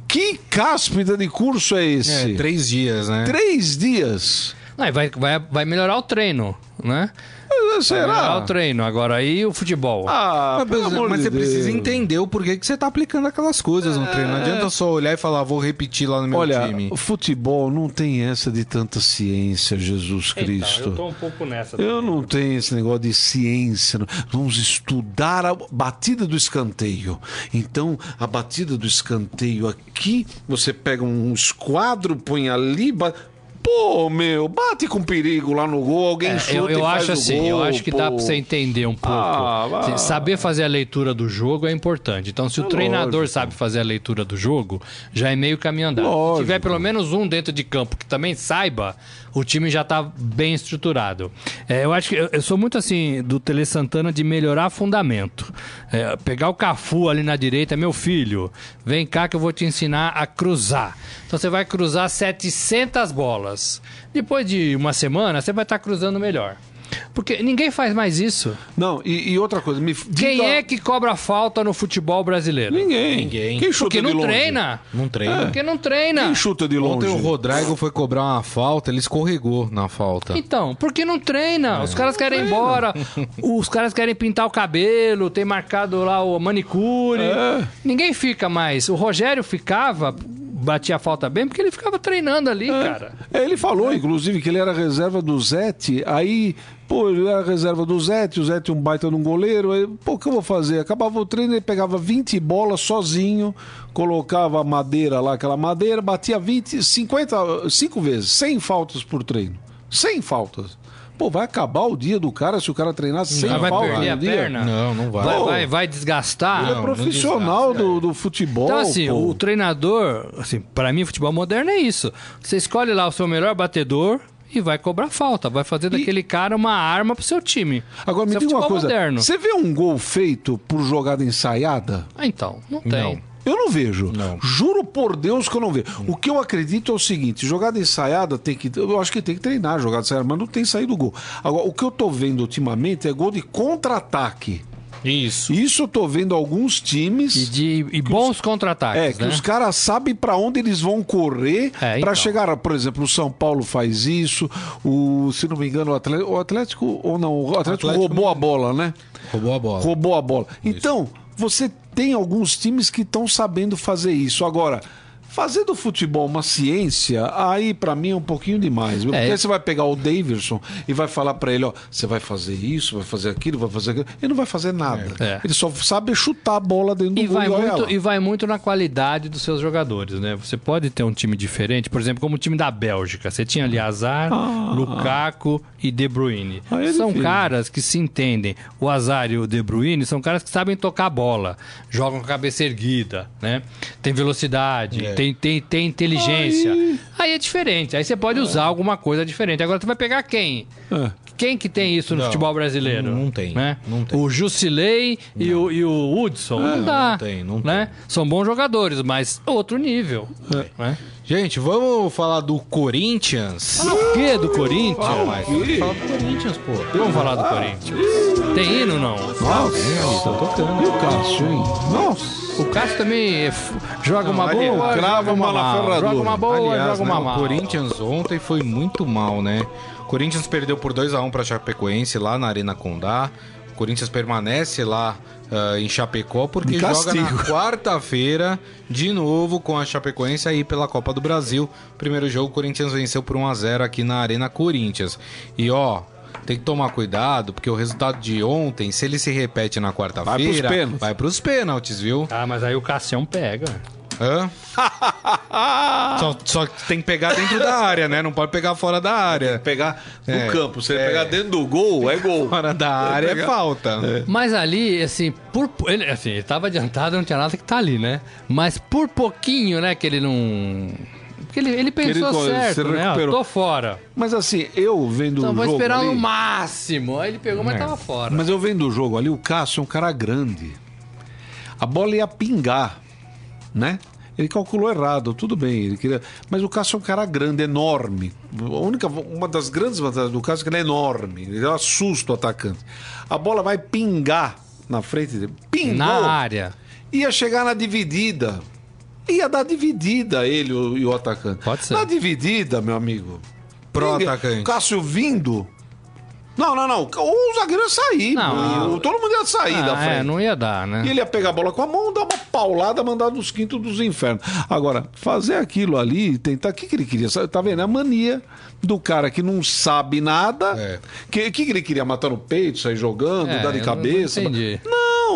Speaker 3: Que cáspita de curso é esse?
Speaker 2: É, três dias, né?
Speaker 3: Três dias.
Speaker 4: Não, e vai, vai, vai melhorar o treino, né? Melhorar
Speaker 3: Será?
Speaker 4: o treino. Agora aí o futebol.
Speaker 3: Ah,
Speaker 2: Ah,
Speaker 3: pelo
Speaker 2: mas
Speaker 3: amor
Speaker 4: é
Speaker 2: mas
Speaker 3: de
Speaker 2: você precisa
Speaker 3: Deus.
Speaker 2: entender o porquê que você tá aplicando aquelas coisas no treino. Não adianta só olhar e falar, vou repetir lá no meu
Speaker 3: É. Olha,
Speaker 2: time.
Speaker 3: o futebol não tem essa de tanta ciência, Jesus Cristo.
Speaker 4: um pouco nessa.
Speaker 3: Eu não tenho esse negócio de ciência. não. Vamos estudar a batida do escanteio. Então, a batida do escanteio aqui, você pega um esquadro, põe ali. ba- Pô, meu, bate com perigo lá no gol, alguém chuta
Speaker 4: É, eu, eu
Speaker 3: e É, faz
Speaker 4: acho
Speaker 3: o
Speaker 4: assim, eu
Speaker 3: gol,
Speaker 4: acho que dá
Speaker 3: pô.
Speaker 4: pra você entender um pouco.
Speaker 3: Ah, vá.
Speaker 4: Você saber fazer a leitura do jogo é importante. Então, se o treinador
Speaker 3: lógico.
Speaker 4: sabe fazer a leitura do jogo, já é meio caminho andado.
Speaker 3: Lógico.
Speaker 4: Se tiver pelo menos um dentro de campo que também saiba, o time já tá bem estruturado. É, eu acho que eu, eu sou muito assim do Tele Santana de melhorar fundamento. É, pegar o Cafu ali na direita, meu filho, vem cá que eu vou te ensinar a cruzar. Então você vai cruzar 700 bolas. Depois de uma semana, você vai estar cruzando melhor. Porque ninguém faz mais isso.
Speaker 3: Não, e, e outra coisa, me f-
Speaker 4: Quem
Speaker 3: diga-
Speaker 4: é que cobra falta no futebol brasileiro?
Speaker 3: Ninguém.
Speaker 2: Ninguém.
Speaker 3: Quem chuta
Speaker 4: Porque
Speaker 3: de
Speaker 4: não
Speaker 3: longe?
Speaker 4: treina.
Speaker 2: Não
Speaker 3: É.
Speaker 2: treina.
Speaker 4: Porque não treina.
Speaker 3: Quem chuta de longe?
Speaker 2: Ontem o Rodrigo foi cobrar uma falta, ele escorregou na falta.
Speaker 4: Então, porque não
Speaker 3: É,
Speaker 4: treina? Os caras querem ir embora, os caras querem pintar o cabelo, tem marcado lá o manicure.
Speaker 3: É.
Speaker 4: Ninguém fica mais. O Rogério ficava, batia a falta bem, porque ele ficava treinando ali, cara.
Speaker 3: É, Ele falou, inclusive, que ele era reserva do Zete, aí, pô, ele era reserva do Zete, o Zete é um baita num goleiro, aí, pô, o que eu vou fazer? Acabava o treino, ele pegava 20 bolas sozinho, colocava a madeira lá, aquela madeira, batia 20, 50, 5 vezes, 100 faltas por treino. 100 faltas. Pô, vai acabar o dia do cara se o cara treinar 100
Speaker 4: Mas vai
Speaker 3: faltas
Speaker 4: perder
Speaker 3: no
Speaker 4: a
Speaker 3: dia?
Speaker 4: perna?
Speaker 2: Não, não vai.
Speaker 4: Vai,
Speaker 3: Pô.
Speaker 4: vai, vai desgastar?
Speaker 3: Ele é
Speaker 2: Não,
Speaker 3: profissional
Speaker 2: desgasta,
Speaker 3: do, do futebol.
Speaker 4: Então, assim,
Speaker 3: pô.
Speaker 4: o treinador, assim, para mim, futebol moderno é isso. Você escolhe lá o seu melhor batedor e vai cobrar falta. Vai fazer daquele cara uma arma pro seu time.
Speaker 3: Agora me
Speaker 4: Isso é
Speaker 3: diga uma
Speaker 4: futebol
Speaker 3: coisa.
Speaker 4: moderno.
Speaker 3: Você vê um gol feito por jogada ensaiada?
Speaker 4: Ah, então, não tem.
Speaker 3: Eu não vejo.
Speaker 2: Não.
Speaker 3: Juro por Deus que eu não vejo. O que eu acredito é o seguinte: jogada ensaiada tem que. Eu acho que tem que treinar jogada ensaiada, mas não tem saído gol. Agora, o que eu tô vendo ultimamente é gol de contra-ataque.
Speaker 2: Isso.
Speaker 3: Isso eu tô vendo alguns
Speaker 4: E,
Speaker 3: times.
Speaker 4: de- e bons contra-ataques,
Speaker 3: É, que
Speaker 4: né?
Speaker 3: os caras sabem pra onde eles vão correr pra
Speaker 4: É, então.
Speaker 3: chegar. Por exemplo, o São Paulo faz isso, o, se não me engano, o Atlético, o Atlético ou não, o Atlético,
Speaker 2: Atlético
Speaker 3: roubou a bola, né?
Speaker 2: Roubou a bola.
Speaker 3: roubou a bola. Então, você tem alguns times que estão sabendo fazer isso. Agora, fazer do futebol uma ciência, aí pra mim é um pouquinho demais. viu?
Speaker 4: É.
Speaker 3: Porque aí você vai pegar o Davidson e vai falar pra ele, ó, você vai fazer isso, vai fazer aquilo, vai fazer aquilo. Ele não vai fazer nada.
Speaker 4: É.
Speaker 3: Ele só sabe chutar a bola dentro do
Speaker 4: E
Speaker 3: gol
Speaker 4: vai,
Speaker 3: e olha
Speaker 4: muito,
Speaker 3: lá.
Speaker 4: e vai muito na qualidade dos seus jogadores, né? Você pode ter um time diferente, por exemplo, como o time da Bélgica. Você tinha ali Azar,
Speaker 2: Ah.
Speaker 4: Lukaku e De Bruyne.
Speaker 3: Ah, é
Speaker 4: são
Speaker 3: difícil.
Speaker 4: caras que se entendem. O Azar e o De Bruyne são caras que sabem tocar a bola, jogam com a cabeça erguida, né? Tem velocidade,
Speaker 2: É.
Speaker 4: tem, tem, tem inteligência. Aí... é diferente. Aí você pode usar alguma coisa diferente. Agora você vai pegar quem?
Speaker 3: É.
Speaker 4: Quem que tem isso no
Speaker 2: Não,
Speaker 4: futebol brasileiro?
Speaker 2: não tem,
Speaker 4: Né?
Speaker 2: não tem.
Speaker 4: O Jusilei e o, e o Hudson. não dá.
Speaker 2: não tem, É. não
Speaker 4: né? São bons jogadores, mas outro nível. Né?
Speaker 2: Gente, vamos falar do Corinthians?
Speaker 4: O que do Corinthians?
Speaker 2: Vai, Fala do Corinthians, pô.
Speaker 4: Vamos falar do Corinthians. Tem hino não?
Speaker 3: Nossa, E o Cássio, hein? Nossa.
Speaker 4: O Cássio também é f- joga uma
Speaker 2: aliás,
Speaker 4: boa,
Speaker 3: crava
Speaker 4: joga uma
Speaker 3: uma na
Speaker 4: mal,
Speaker 3: ferradura.
Speaker 4: joga uma boa,
Speaker 2: é Aliás,
Speaker 4: joga
Speaker 2: né,
Speaker 4: uma
Speaker 2: o
Speaker 4: mal.
Speaker 2: Corinthians ontem foi muito mal, né? O Corinthians perdeu por 2 a 1 para Chapecoense lá na Arena Condá. O Corinthians permanece lá ah, em Chapecó porque
Speaker 3: De
Speaker 2: joga
Speaker 3: castigo.
Speaker 2: na quarta-feira de novo com a Chapecoense aí pela Copa do Brasil. Primeiro jogo o Corinthians venceu por 1 a 0 aqui na Arena Corinthians. E ó, tem que tomar cuidado porque o resultado de ontem, se ele se repete na quarta-feira,
Speaker 3: pênaltis.
Speaker 2: vai pros pênaltis, viu?
Speaker 4: Ah, mas aí o Cassião pega.
Speaker 2: Hã? só, só que tem que pegar dentro da área, né? Não pode pegar fora da área.
Speaker 3: Pegar no
Speaker 2: É.
Speaker 3: campo, se ele
Speaker 2: É.
Speaker 3: pegar dentro do gol, é gol.
Speaker 2: Fora da área é
Speaker 3: pegar-
Speaker 2: falta.
Speaker 4: Mas ali, assim, por. Ele, assim, ele tava adiantado, não tinha nada que tá ali, né? Mas por pouquinho, né, que ele não. Porque ele, ele pensou
Speaker 3: ele se
Speaker 4: certo, né? Ó,
Speaker 3: recuperou.
Speaker 4: tô fora.
Speaker 3: Mas assim, eu vendo
Speaker 4: Então
Speaker 3: o
Speaker 4: vou
Speaker 3: jogo
Speaker 4: esperar
Speaker 3: ali, É.
Speaker 4: no máximo. Aí ele pegou, mas tava fora.
Speaker 3: Mas eu vendo o jogo ali, o Cássio é um cara grande. A bola ia pingar, né? Ele calculou errado, tudo bem. Ele queria... Mas o Cássio é um cara grande, enorme. A única, uma das grandes vantagens do Cássio é que ele é enorme. Ele assusta o atacante. A bola vai pingar na frente dele. Pingou!
Speaker 4: Na área.
Speaker 3: ia chegar na dividida. Ia dar dividida ele o- e o atacante.
Speaker 4: Pode ser.
Speaker 3: Na dividida, meu amigo.
Speaker 2: Pro
Speaker 3: Ninguém-
Speaker 2: atacante.
Speaker 3: Cássio vindo. Não, não, não. O zagueiro ia sair.
Speaker 4: Não,
Speaker 3: o-
Speaker 4: ah,
Speaker 3: todo mundo ia sair da
Speaker 4: Ah,
Speaker 3: frente.
Speaker 4: é, não ia dar, né?
Speaker 3: E ele ia pegar a bola com a mão, dar uma paulada, mandar nos quintos dos infernos. Agora, fazer aquilo ali, tentar. O que, que ele queria? Sabe, Tá vendo? É A mania do cara que não sabe nada. O
Speaker 2: É.
Speaker 3: que, que, que ele queria? Matar no peito, sair jogando,
Speaker 4: É,
Speaker 3: dar de
Speaker 4: eu não-
Speaker 3: cabeça?
Speaker 4: Não, entendi.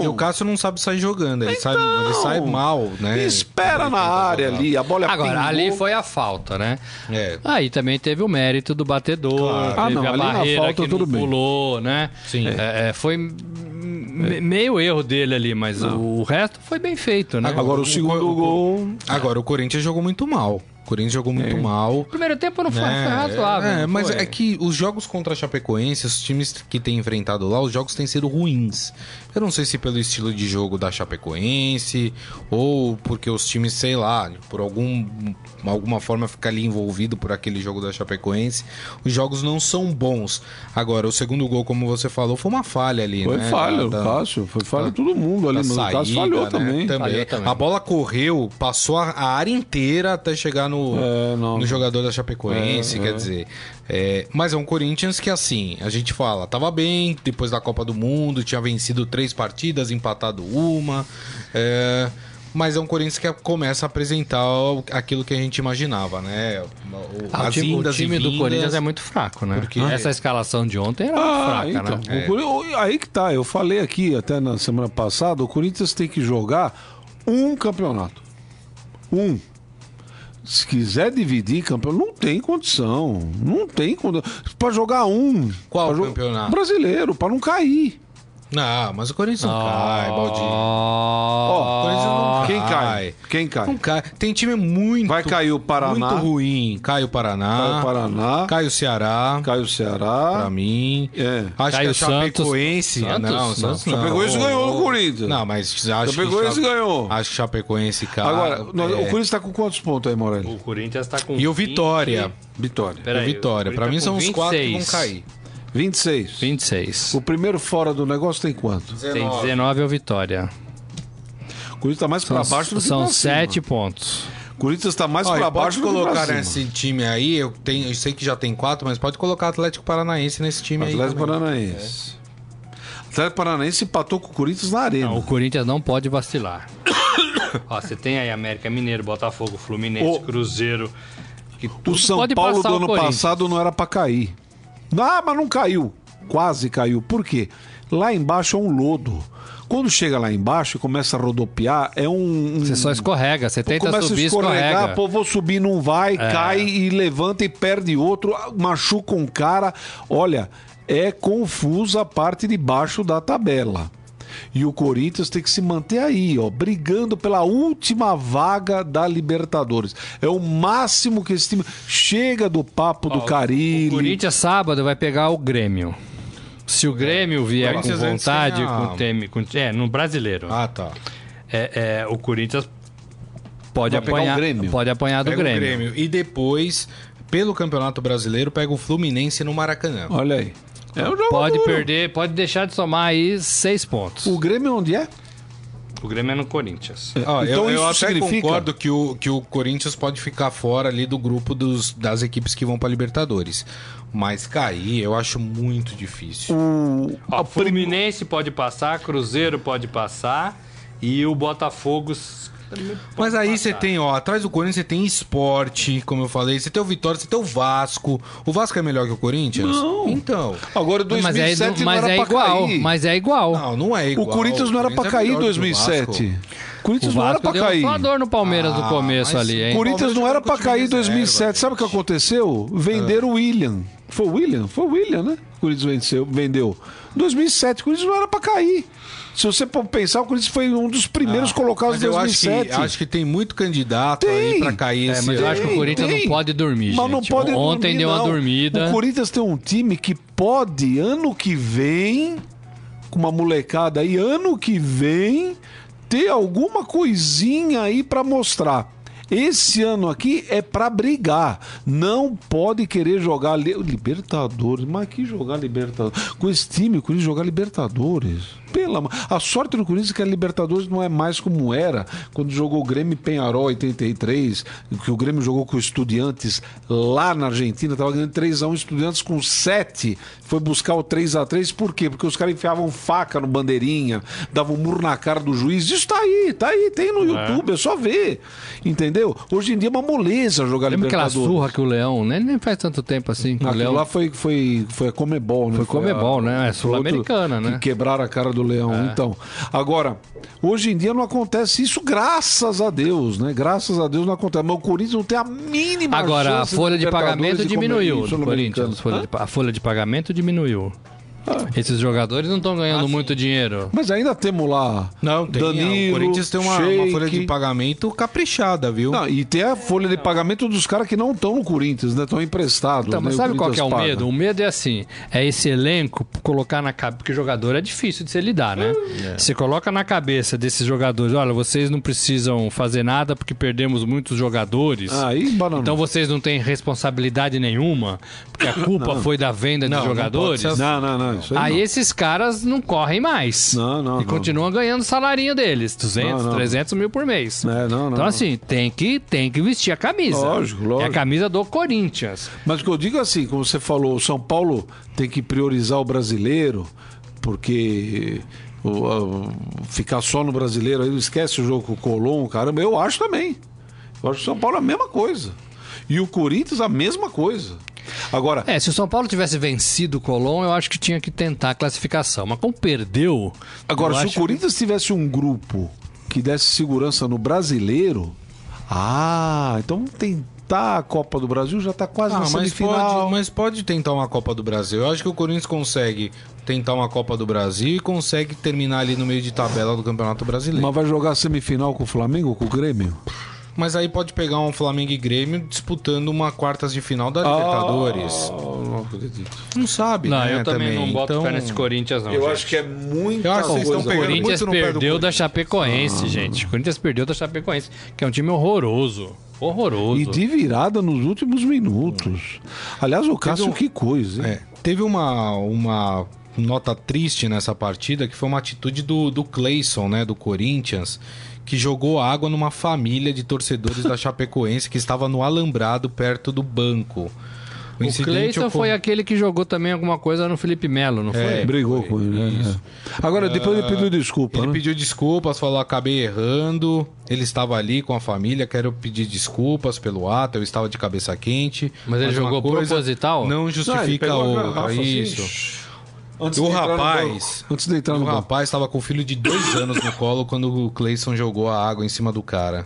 Speaker 2: E o Cássio não Então. sabe sair jogando, ele, sai, ele sai mal, né?
Speaker 3: Espera na área ali, a bola é
Speaker 4: Agora,
Speaker 3: pingou.
Speaker 4: ali foi a falta, né?
Speaker 2: É.
Speaker 4: Aí também teve o mérito do batedor,
Speaker 3: Claro. Ah,
Speaker 4: teve
Speaker 3: não,
Speaker 4: a
Speaker 3: ali na
Speaker 4: barreira
Speaker 3: falta,
Speaker 4: que
Speaker 3: tudo
Speaker 4: não
Speaker 3: bem.
Speaker 4: pulou, né?
Speaker 2: Sim.
Speaker 4: É, é, foi me- meio erro dele ali, mas o resto foi bem feito, né?
Speaker 3: Agora o segundo gol.
Speaker 2: Agora, o Corinthians jogou muito mal. O Corinthians jogou muito mal.
Speaker 4: o primeiro tempo Tipo, não foi,
Speaker 2: né?
Speaker 4: foi razoável.
Speaker 2: É,
Speaker 4: não
Speaker 2: mas
Speaker 4: foi?
Speaker 2: é que os jogos contra a Chapecoense, os times que tem enfrentado lá, os jogos têm sido ruins. Eu não sei se pelo estilo de jogo da Chapecoense ou porque os times, sei lá, por algum, alguma forma fica ali envolvido por aquele jogo da Chapecoense, os jogos não são bons. Agora, o segundo gol, como você falou, foi uma falha ali,
Speaker 3: Foi
Speaker 2: né?
Speaker 3: falha,
Speaker 2: Da-
Speaker 3: o
Speaker 2: da-
Speaker 3: Cássio. Foi falha de todo mundo ali,
Speaker 2: da
Speaker 3: mas o
Speaker 2: saída,
Speaker 3: Cássio falhou
Speaker 2: né?
Speaker 3: também.
Speaker 4: Falhou também.
Speaker 2: A bola correu, passou a, a área inteira até chegar no,
Speaker 3: É, não. é.
Speaker 2: no jogador da Chapecoense, quer dizer. É, mas é um Corinthians que, assim, a gente fala, tava bem depois da Copa do Mundo, tinha vencido três partidas, empatado uma. é, mas é um Corinthians que começa a apresentar o- aquilo que a gente imaginava, né? O-
Speaker 4: Ah, o
Speaker 2: as
Speaker 4: time, o
Speaker 2: indas e
Speaker 4: time do
Speaker 2: vindas.
Speaker 4: Corinthians é muito fraco, né?
Speaker 2: Porque-
Speaker 4: Essa escalação de ontem era
Speaker 3: Ah,
Speaker 4: fraca,
Speaker 3: então.
Speaker 4: né?
Speaker 2: É.
Speaker 3: o Cori- Aí que tá. Eu falei aqui até na semana passada: o Corinthians tem que jogar um campeonato. Um. Se quiser dividir campeão, não tem condição. Não tem condição. Pra jogar um.
Speaker 2: Qual
Speaker 3: Pra jo-
Speaker 2: campeonato?
Speaker 3: Brasileiro, pra não cair.
Speaker 2: Não, Ah, mas o Corinthians não cai, Baldinho.
Speaker 4: Ó,
Speaker 2: Corinthians não
Speaker 3: Quem cai? Quem cai?
Speaker 2: Ah, Não cai. Tem time muito.
Speaker 3: Vai cair o Paraná.
Speaker 2: Muito ruim. Cai o
Speaker 3: Cai
Speaker 2: Paraná.
Speaker 3: o Paraná.
Speaker 2: Cai o Ceará.
Speaker 3: Cai o Ceará.
Speaker 2: Pra mim.
Speaker 3: É.
Speaker 2: Acho
Speaker 4: Cai
Speaker 2: que
Speaker 4: o
Speaker 2: a Chapecoense.
Speaker 4: Santos.
Speaker 2: Não, o
Speaker 4: Santos?
Speaker 2: Santos
Speaker 4: Não.
Speaker 2: não.
Speaker 3: Chapecoense ganhou no Corinthians.
Speaker 2: Não, mas acho
Speaker 3: Chapecoense
Speaker 2: que. Ah, Cha-
Speaker 3: ganhou.
Speaker 2: Acho que Chapecoense cai.
Speaker 3: Agora, nós-
Speaker 2: é.
Speaker 3: o Corinthians tá com quantos pontos aí, Morelli?
Speaker 4: o Corinthians tá com.
Speaker 2: E o Vitória.
Speaker 3: Vitória.
Speaker 2: O
Speaker 4: Peraí, o
Speaker 2: Vitória. Pra mim
Speaker 4: Corinthians
Speaker 2: são
Speaker 4: tá
Speaker 2: os
Speaker 4: com
Speaker 2: quatro que vão
Speaker 4: 26.
Speaker 2: cair.
Speaker 3: 26.
Speaker 4: 26.
Speaker 3: O primeiro fora do negócio tem quanto?
Speaker 4: Tem 19 é o Vitória.
Speaker 3: O Corinthians tá mais
Speaker 4: São,
Speaker 3: pra baixo do que
Speaker 4: são
Speaker 3: pra cima.
Speaker 4: 7 pontos.
Speaker 3: O Corinthians tá mais
Speaker 2: Ó,
Speaker 3: pra
Speaker 2: e pode
Speaker 3: baixo do que pra
Speaker 2: colocar
Speaker 3: cima.
Speaker 2: nesse time aí, eu, tenho, eu sei que já tem quatro, mas pode colocar Atlético Paranaense nesse time aí.
Speaker 3: Atlético
Speaker 2: também.
Speaker 3: Paranaense. Atlético Paranaense empatou com o Corinthians na arena.
Speaker 4: Não, o Corinthians não pode vacilar. Ó, você tem aí América Mineiro, Botafogo, Fluminense,
Speaker 3: O-
Speaker 4: Cruzeiro. Que
Speaker 3: o,
Speaker 4: tudo
Speaker 3: São
Speaker 4: pode
Speaker 3: Paulo
Speaker 4: passar
Speaker 3: do
Speaker 4: o
Speaker 3: ano
Speaker 4: Corinthians.
Speaker 3: passado não era pra cair. Ah, mas não caiu. Quase caiu. Por quê? Lá embaixo é um lodo. Quando chega lá embaixo e começa a rodopiar, é um. um-
Speaker 4: Você só escorrega, você tenta
Speaker 3: começa
Speaker 4: subir,
Speaker 3: a escorregar,
Speaker 4: escorrega. É.
Speaker 3: pô, vou subir, não vai, cai e levanta e perde outro, machuca um cara. Olha, é confusa a parte de baixo da tabela. E o Corinthians tem que se manter aí, ó, brigando pela última vaga da Libertadores. É o máximo que esse time chega do papo do Carilli.
Speaker 4: O Corinthians sábado vai pegar o Grêmio. Se o Grêmio vier com
Speaker 2: É. Corinthians antes
Speaker 4: vontade,
Speaker 2: tem a-
Speaker 4: com time, com é, no brasileiro.
Speaker 2: Ah, tá.
Speaker 4: É, é, o Corinthians pode
Speaker 3: Vai pegar o
Speaker 4: apanhar,
Speaker 3: Grêmio.
Speaker 4: pode apanhar do
Speaker 2: Pega o
Speaker 4: Grêmio.
Speaker 2: Grêmio. E depois, pelo Campeonato Brasileiro, pega o Fluminense no Maracanã.
Speaker 3: Olha aí. É um jogo
Speaker 4: Pode
Speaker 3: duro.
Speaker 4: perder, pode deixar de somar aí seis pontos.
Speaker 3: O
Speaker 4: O,
Speaker 3: Grêmio onde é?
Speaker 4: Grêmio é no Corinthians.
Speaker 2: Ó,
Speaker 3: Então
Speaker 2: eu, eu
Speaker 3: isso
Speaker 2: até
Speaker 3: significa-
Speaker 2: concordo que o, que o Corinthians pode ficar fora ali do grupo dos, das equipes que vão pra Libertadores. Mas cair, eu acho muito difícil.
Speaker 4: Ó, Fluminense pode passar, Cruzeiro pode passar e o Botafogo. s-
Speaker 2: Mas aí você tem, ó, atrás do Corinthians você tem esporte, como eu falei, você tem o Vitória, você tem o Vasco. O Vasco é melhor que o Corinthians? Não. Então.
Speaker 3: Agora
Speaker 4: Mas é,
Speaker 3: 2007
Speaker 4: mas
Speaker 3: não era
Speaker 4: é
Speaker 3: pra
Speaker 4: igual,
Speaker 3: cair.
Speaker 4: mas é igual.
Speaker 2: Não, não é igual.
Speaker 3: O Corinthians não era pra
Speaker 2: Corinthians é
Speaker 3: cair em
Speaker 2: melhor que o
Speaker 3: 2007.
Speaker 2: Vasco.
Speaker 3: Corinthians
Speaker 4: o
Speaker 3: não era
Speaker 4: Vasco
Speaker 3: pra
Speaker 4: deu
Speaker 3: cair.
Speaker 4: só uma dor no Palmeiras no
Speaker 2: Ah,
Speaker 4: começo
Speaker 2: mas
Speaker 4: ali, hein?
Speaker 3: Corinthians não
Speaker 2: Palmeiras
Speaker 3: era
Speaker 2: jogou
Speaker 3: pra
Speaker 2: com o time
Speaker 3: cair em
Speaker 2: reserva,
Speaker 3: 2007. Sabe o que aconteceu? Venderam o William. Foi o William? Foi o William, né? O Corinthians venceu, vendeu. 2007, o Corinthians não era pra cair. Se você for pensar, o Corinthians foi um dos primeiros colocados em
Speaker 2: Ah, Mas eu acho
Speaker 3: 2007.
Speaker 2: que, acho que tem muito candidato
Speaker 3: Tem.
Speaker 2: aí pra cair
Speaker 4: É,
Speaker 2: esse
Speaker 4: mas eu acho que o
Speaker 3: Tem,
Speaker 4: Corinthians
Speaker 3: tem.
Speaker 4: não pode dormir,
Speaker 3: Mas
Speaker 4: gente.
Speaker 3: não pode
Speaker 4: Ontem
Speaker 3: dormir,
Speaker 4: deu uma
Speaker 3: não.
Speaker 4: dormida.
Speaker 3: O Corinthians tem um time que pode, ano que vem, com uma molecada aí, ano que vem, ter alguma coisinha aí pra mostrar. Esse ano aqui é pra brigar. Não pode querer jogar li- Libertadores. Mas que jogar Libertadores? Com esse time, o Corinthians jogar Libertadores. Pela... ma- A sorte do Corinthians é que a Libertadores não é mais como era quando jogou o Grêmio e Penharol em 83, que o Grêmio jogou com o Estudiantes lá na Argentina, tava ganhando 3x1 Estudiantes com 7, foi buscar o 3x3, por quê? Porque os caras enfiavam faca no bandeirinha, davam um murro na cara do juiz, isso tá aí, tá aí, tem no YouTube, é só ver, entendeu? Hoje em dia é uma moleza jogar
Speaker 4: Lembra aquela
Speaker 3: Libertadores.
Speaker 4: surra que o Leão, né? Nem faz tanto tempo assim que o
Speaker 3: Aquilo
Speaker 4: Leão.
Speaker 3: lá foi, foi, foi a Comebol, né?
Speaker 4: Foi Comebol, né? É
Speaker 3: outro
Speaker 4: sul-americana, né? É.
Speaker 3: Que quebraram a cara do leão. Então, agora, hoje em dia não acontece isso, graças a Deus, né? Graças a Deus não acontece. Mas o Corinthians não tem a mínima
Speaker 4: Agora, a
Speaker 3: chance
Speaker 4: folha de
Speaker 3: Libertadores
Speaker 4: pagamento
Speaker 3: e é
Speaker 4: diminuiu
Speaker 3: Comebol
Speaker 4: do Corinthians.
Speaker 3: Sul-Americana.
Speaker 4: Folha de pa- a folha de pagamento diminuiu.
Speaker 3: Ah.
Speaker 4: Esses jogadores não estão ganhando muito dinheiro.
Speaker 3: Mas ainda temos lá
Speaker 2: Não, tem.
Speaker 3: Danilo,
Speaker 2: o Corinthians tem uma, uma folha de
Speaker 3: Sheik.
Speaker 2: pagamento caprichada, viu? Ah,
Speaker 3: Não, e tem a folha de pagamento dos caras que não estão no Corinthians, né? Estão emprestados.
Speaker 4: Então, mas
Speaker 3: né?
Speaker 4: sabe qual que é o
Speaker 3: Corinthians paga.
Speaker 4: medo? O medo é assim, é esse elenco colocar na cabeça, porque jogador é difícil de se lidar, né?
Speaker 3: Hum. É.
Speaker 4: Você coloca na cabeça desses jogadores, olha, vocês não precisam fazer nada porque perdemos muitos jogadores.
Speaker 3: Aí, banana.
Speaker 4: Então vocês não têm responsabilidade nenhuma, porque a culpa foi da venda de
Speaker 2: Não, não
Speaker 4: jogadores.
Speaker 2: pode ser
Speaker 3: assim. Não, não, não. Isso aí
Speaker 4: Aí esses caras não correm mais.
Speaker 3: Não, não,
Speaker 4: E
Speaker 3: não.
Speaker 4: continuam ganhando o salarinho deles, 200,
Speaker 3: Não, não.
Speaker 4: 300 mil por mês.
Speaker 3: É, não, não,
Speaker 4: então
Speaker 3: não.
Speaker 4: assim, tem que, tem que vestir a camisa.
Speaker 3: Lógico, lógico.
Speaker 4: É a camisa do Corinthians.
Speaker 3: Mas o que eu digo é assim, como você falou, o São Paulo tem que priorizar o brasileiro, porque o- a- ficar só no brasileiro aí, esquece o jogo com o Colom, caramba, eu acho também. Eu acho que o São Paulo é a mesma coisa. E o Corinthians a mesma coisa. Agora,
Speaker 4: É, se o São Paulo tivesse vencido o Colón, eu acho que tinha que tentar a classificação. Mas como perdeu.
Speaker 3: agora
Speaker 4: eu
Speaker 3: se
Speaker 4: acho
Speaker 3: o Corinthians tivesse um grupo que desse segurança no brasileiro, ah, então tentar a Copa do Brasil já tá quase
Speaker 2: Ah,
Speaker 3: na
Speaker 2: mas
Speaker 3: semifinal.
Speaker 2: pode, mas pode tentar uma Copa do Brasil. Eu acho que o Corinthians consegue tentar uma Copa do Brasil e consegue terminar ali no meio de tabela do Campeonato Brasileiro.
Speaker 3: Mas vai jogar a semifinal com o Flamengo ou com o Grêmio?
Speaker 2: Mas aí pode pegar um Flamengo e Grêmio disputando uma quartas de final da
Speaker 3: Ah.
Speaker 2: Libertadores.
Speaker 3: não
Speaker 4: tá
Speaker 3: acredito.
Speaker 2: Não sabe,
Speaker 4: Não,
Speaker 2: né?
Speaker 4: eu também, não boto
Speaker 2: então...
Speaker 4: fé nesse Corinthians, não.
Speaker 3: Eu
Speaker 4: gente.
Speaker 3: acho que é muito.
Speaker 2: Eu acho que vocês estão
Speaker 4: O
Speaker 2: pegando
Speaker 4: Corinthians
Speaker 2: muito no pé do Ah.
Speaker 4: perdeu da Chapecoense, gente. O Corinthians perdeu da Chapecoense, que é um time horroroso. Horroroso.
Speaker 3: E de virada nos últimos minutos. Aliás, o Cássio,
Speaker 2: Teve um-
Speaker 3: que coisa, hein?
Speaker 2: É, teve uma, uma nota triste nessa partida, que foi uma atitude do, do Clayson, né, do Corinthians, que jogou água numa família de torcedores da Chapecoense que estava no alambrado perto do banco. O,
Speaker 4: O
Speaker 2: incidente
Speaker 4: Cleiton
Speaker 2: ocor-
Speaker 4: foi aquele que jogou também alguma coisa no Felipe Melo,
Speaker 2: É,
Speaker 4: não É, foi? Ah,
Speaker 3: Brigou com ele. né? Agora, depois ele pediu desculpa,
Speaker 2: Ele
Speaker 3: né?
Speaker 2: pediu desculpas, falou: acabei errando. Ele estava ali com a família, quero pedir desculpas pelo ato. Eu estava de cabeça quente.
Speaker 4: Mas ele
Speaker 2: uma
Speaker 4: jogou proposital?
Speaker 2: Não
Speaker 3: Ah, ele
Speaker 2: justifica
Speaker 3: pegou a
Speaker 2: outra.
Speaker 3: garrafa assim,
Speaker 2: Isso.
Speaker 3: shh. Antes
Speaker 2: O
Speaker 3: de entrar no
Speaker 2: rapaz-
Speaker 3: banco. Antes de entrar
Speaker 2: O
Speaker 3: no banco.
Speaker 2: um rapaz estava com o filho de dois anos no colo quando o Cleison jogou a água em cima do cara.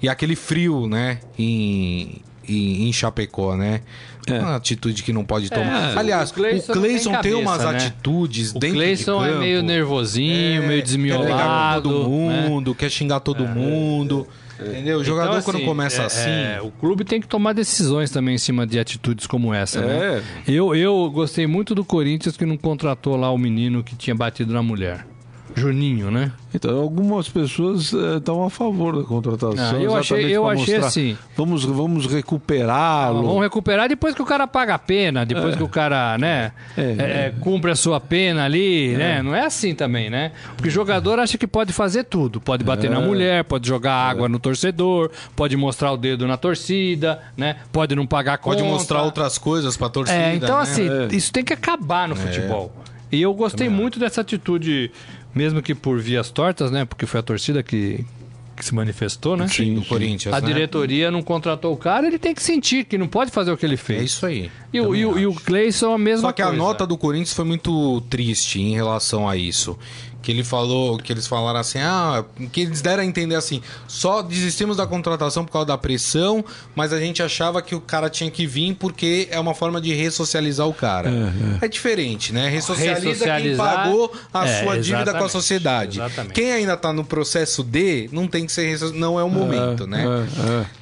Speaker 2: E aquele frio, né? Em, em, em Chapecó, né? Uma atitude que não pode tomar.
Speaker 4: É, o
Speaker 2: Aliás, o
Speaker 4: Cleison
Speaker 2: Cleison,
Speaker 4: não tem
Speaker 2: tem,
Speaker 4: cabeça,
Speaker 2: umas
Speaker 4: né?
Speaker 2: atitudes
Speaker 4: O
Speaker 2: dentro
Speaker 4: Cleison
Speaker 2: de
Speaker 4: é
Speaker 2: campo. É,
Speaker 4: meio nervosinho, meio
Speaker 2: Quer pegar
Speaker 4: desmiolado.
Speaker 2: com todo
Speaker 4: né?
Speaker 2: mundo, quer xingar todo mundo. Entendeu? O jogador
Speaker 4: Então,
Speaker 2: quando
Speaker 4: assim,
Speaker 2: começa
Speaker 4: é-
Speaker 2: assim.
Speaker 4: é, o clube tem que tomar decisões também em cima de atitudes como essa, né?
Speaker 3: É.
Speaker 4: Eu, eu gostei muito do Corinthians que não contratou lá o menino que tinha batido na mulher. Juninho, né?
Speaker 3: Então, algumas pessoas eh, estão a favor da contratação.
Speaker 4: Ah, eu achei-
Speaker 3: exatamente
Speaker 4: eu
Speaker 3: pra
Speaker 4: achei
Speaker 3: mostrar,
Speaker 4: assim.
Speaker 3: Vamos, vamos
Speaker 4: Vamos
Speaker 3: recuperá-lo.
Speaker 4: recuperar depois que o cara paga a pena, depois que o cara, né, é, é, cumpre a sua pena ali, né? Não é assim também, né? Porque o jogador acha que pode fazer tudo. Pode
Speaker 2: É.
Speaker 4: bater na mulher, pode jogar água no torcedor, pode mostrar o dedo na torcida, né? Pode não pagar
Speaker 2: Pode
Speaker 4: conta.
Speaker 2: mostrar outras coisas pra torcida.
Speaker 4: É, então
Speaker 2: né?
Speaker 4: assim, isso tem que acabar no
Speaker 2: É.
Speaker 4: futebol. E eu gostei muito dessa atitude, mesmo que por vias tortas, né? Porque foi a torcida que, que se manifestou, né?
Speaker 2: do Corinthians.
Speaker 4: A
Speaker 2: né?
Speaker 4: diretoria não contratou o cara, ele tem que sentir que não pode fazer o que ele fez.
Speaker 2: É isso aí.
Speaker 4: E o, e, o- e o Cleison a mesma
Speaker 2: Só que a
Speaker 4: coisa.
Speaker 2: nota do Corinthians foi muito triste em relação a isso. que ele falou, que eles falaram assim, ah, que eles deram a entender assim, só desistimos da contratação por causa da pressão, mas a gente achava que o cara tinha que vir porque é uma forma de ressocializar o cara. É, diferente, né? Ressocializa quem
Speaker 4: Ressocializar,
Speaker 2: pagou a
Speaker 4: é,
Speaker 2: sua dívida com a
Speaker 4: exatamente,
Speaker 2: sociedade.
Speaker 4: exatamente.
Speaker 2: Quem ainda tá no processo D, não tem que ser resso- não é o momento, né?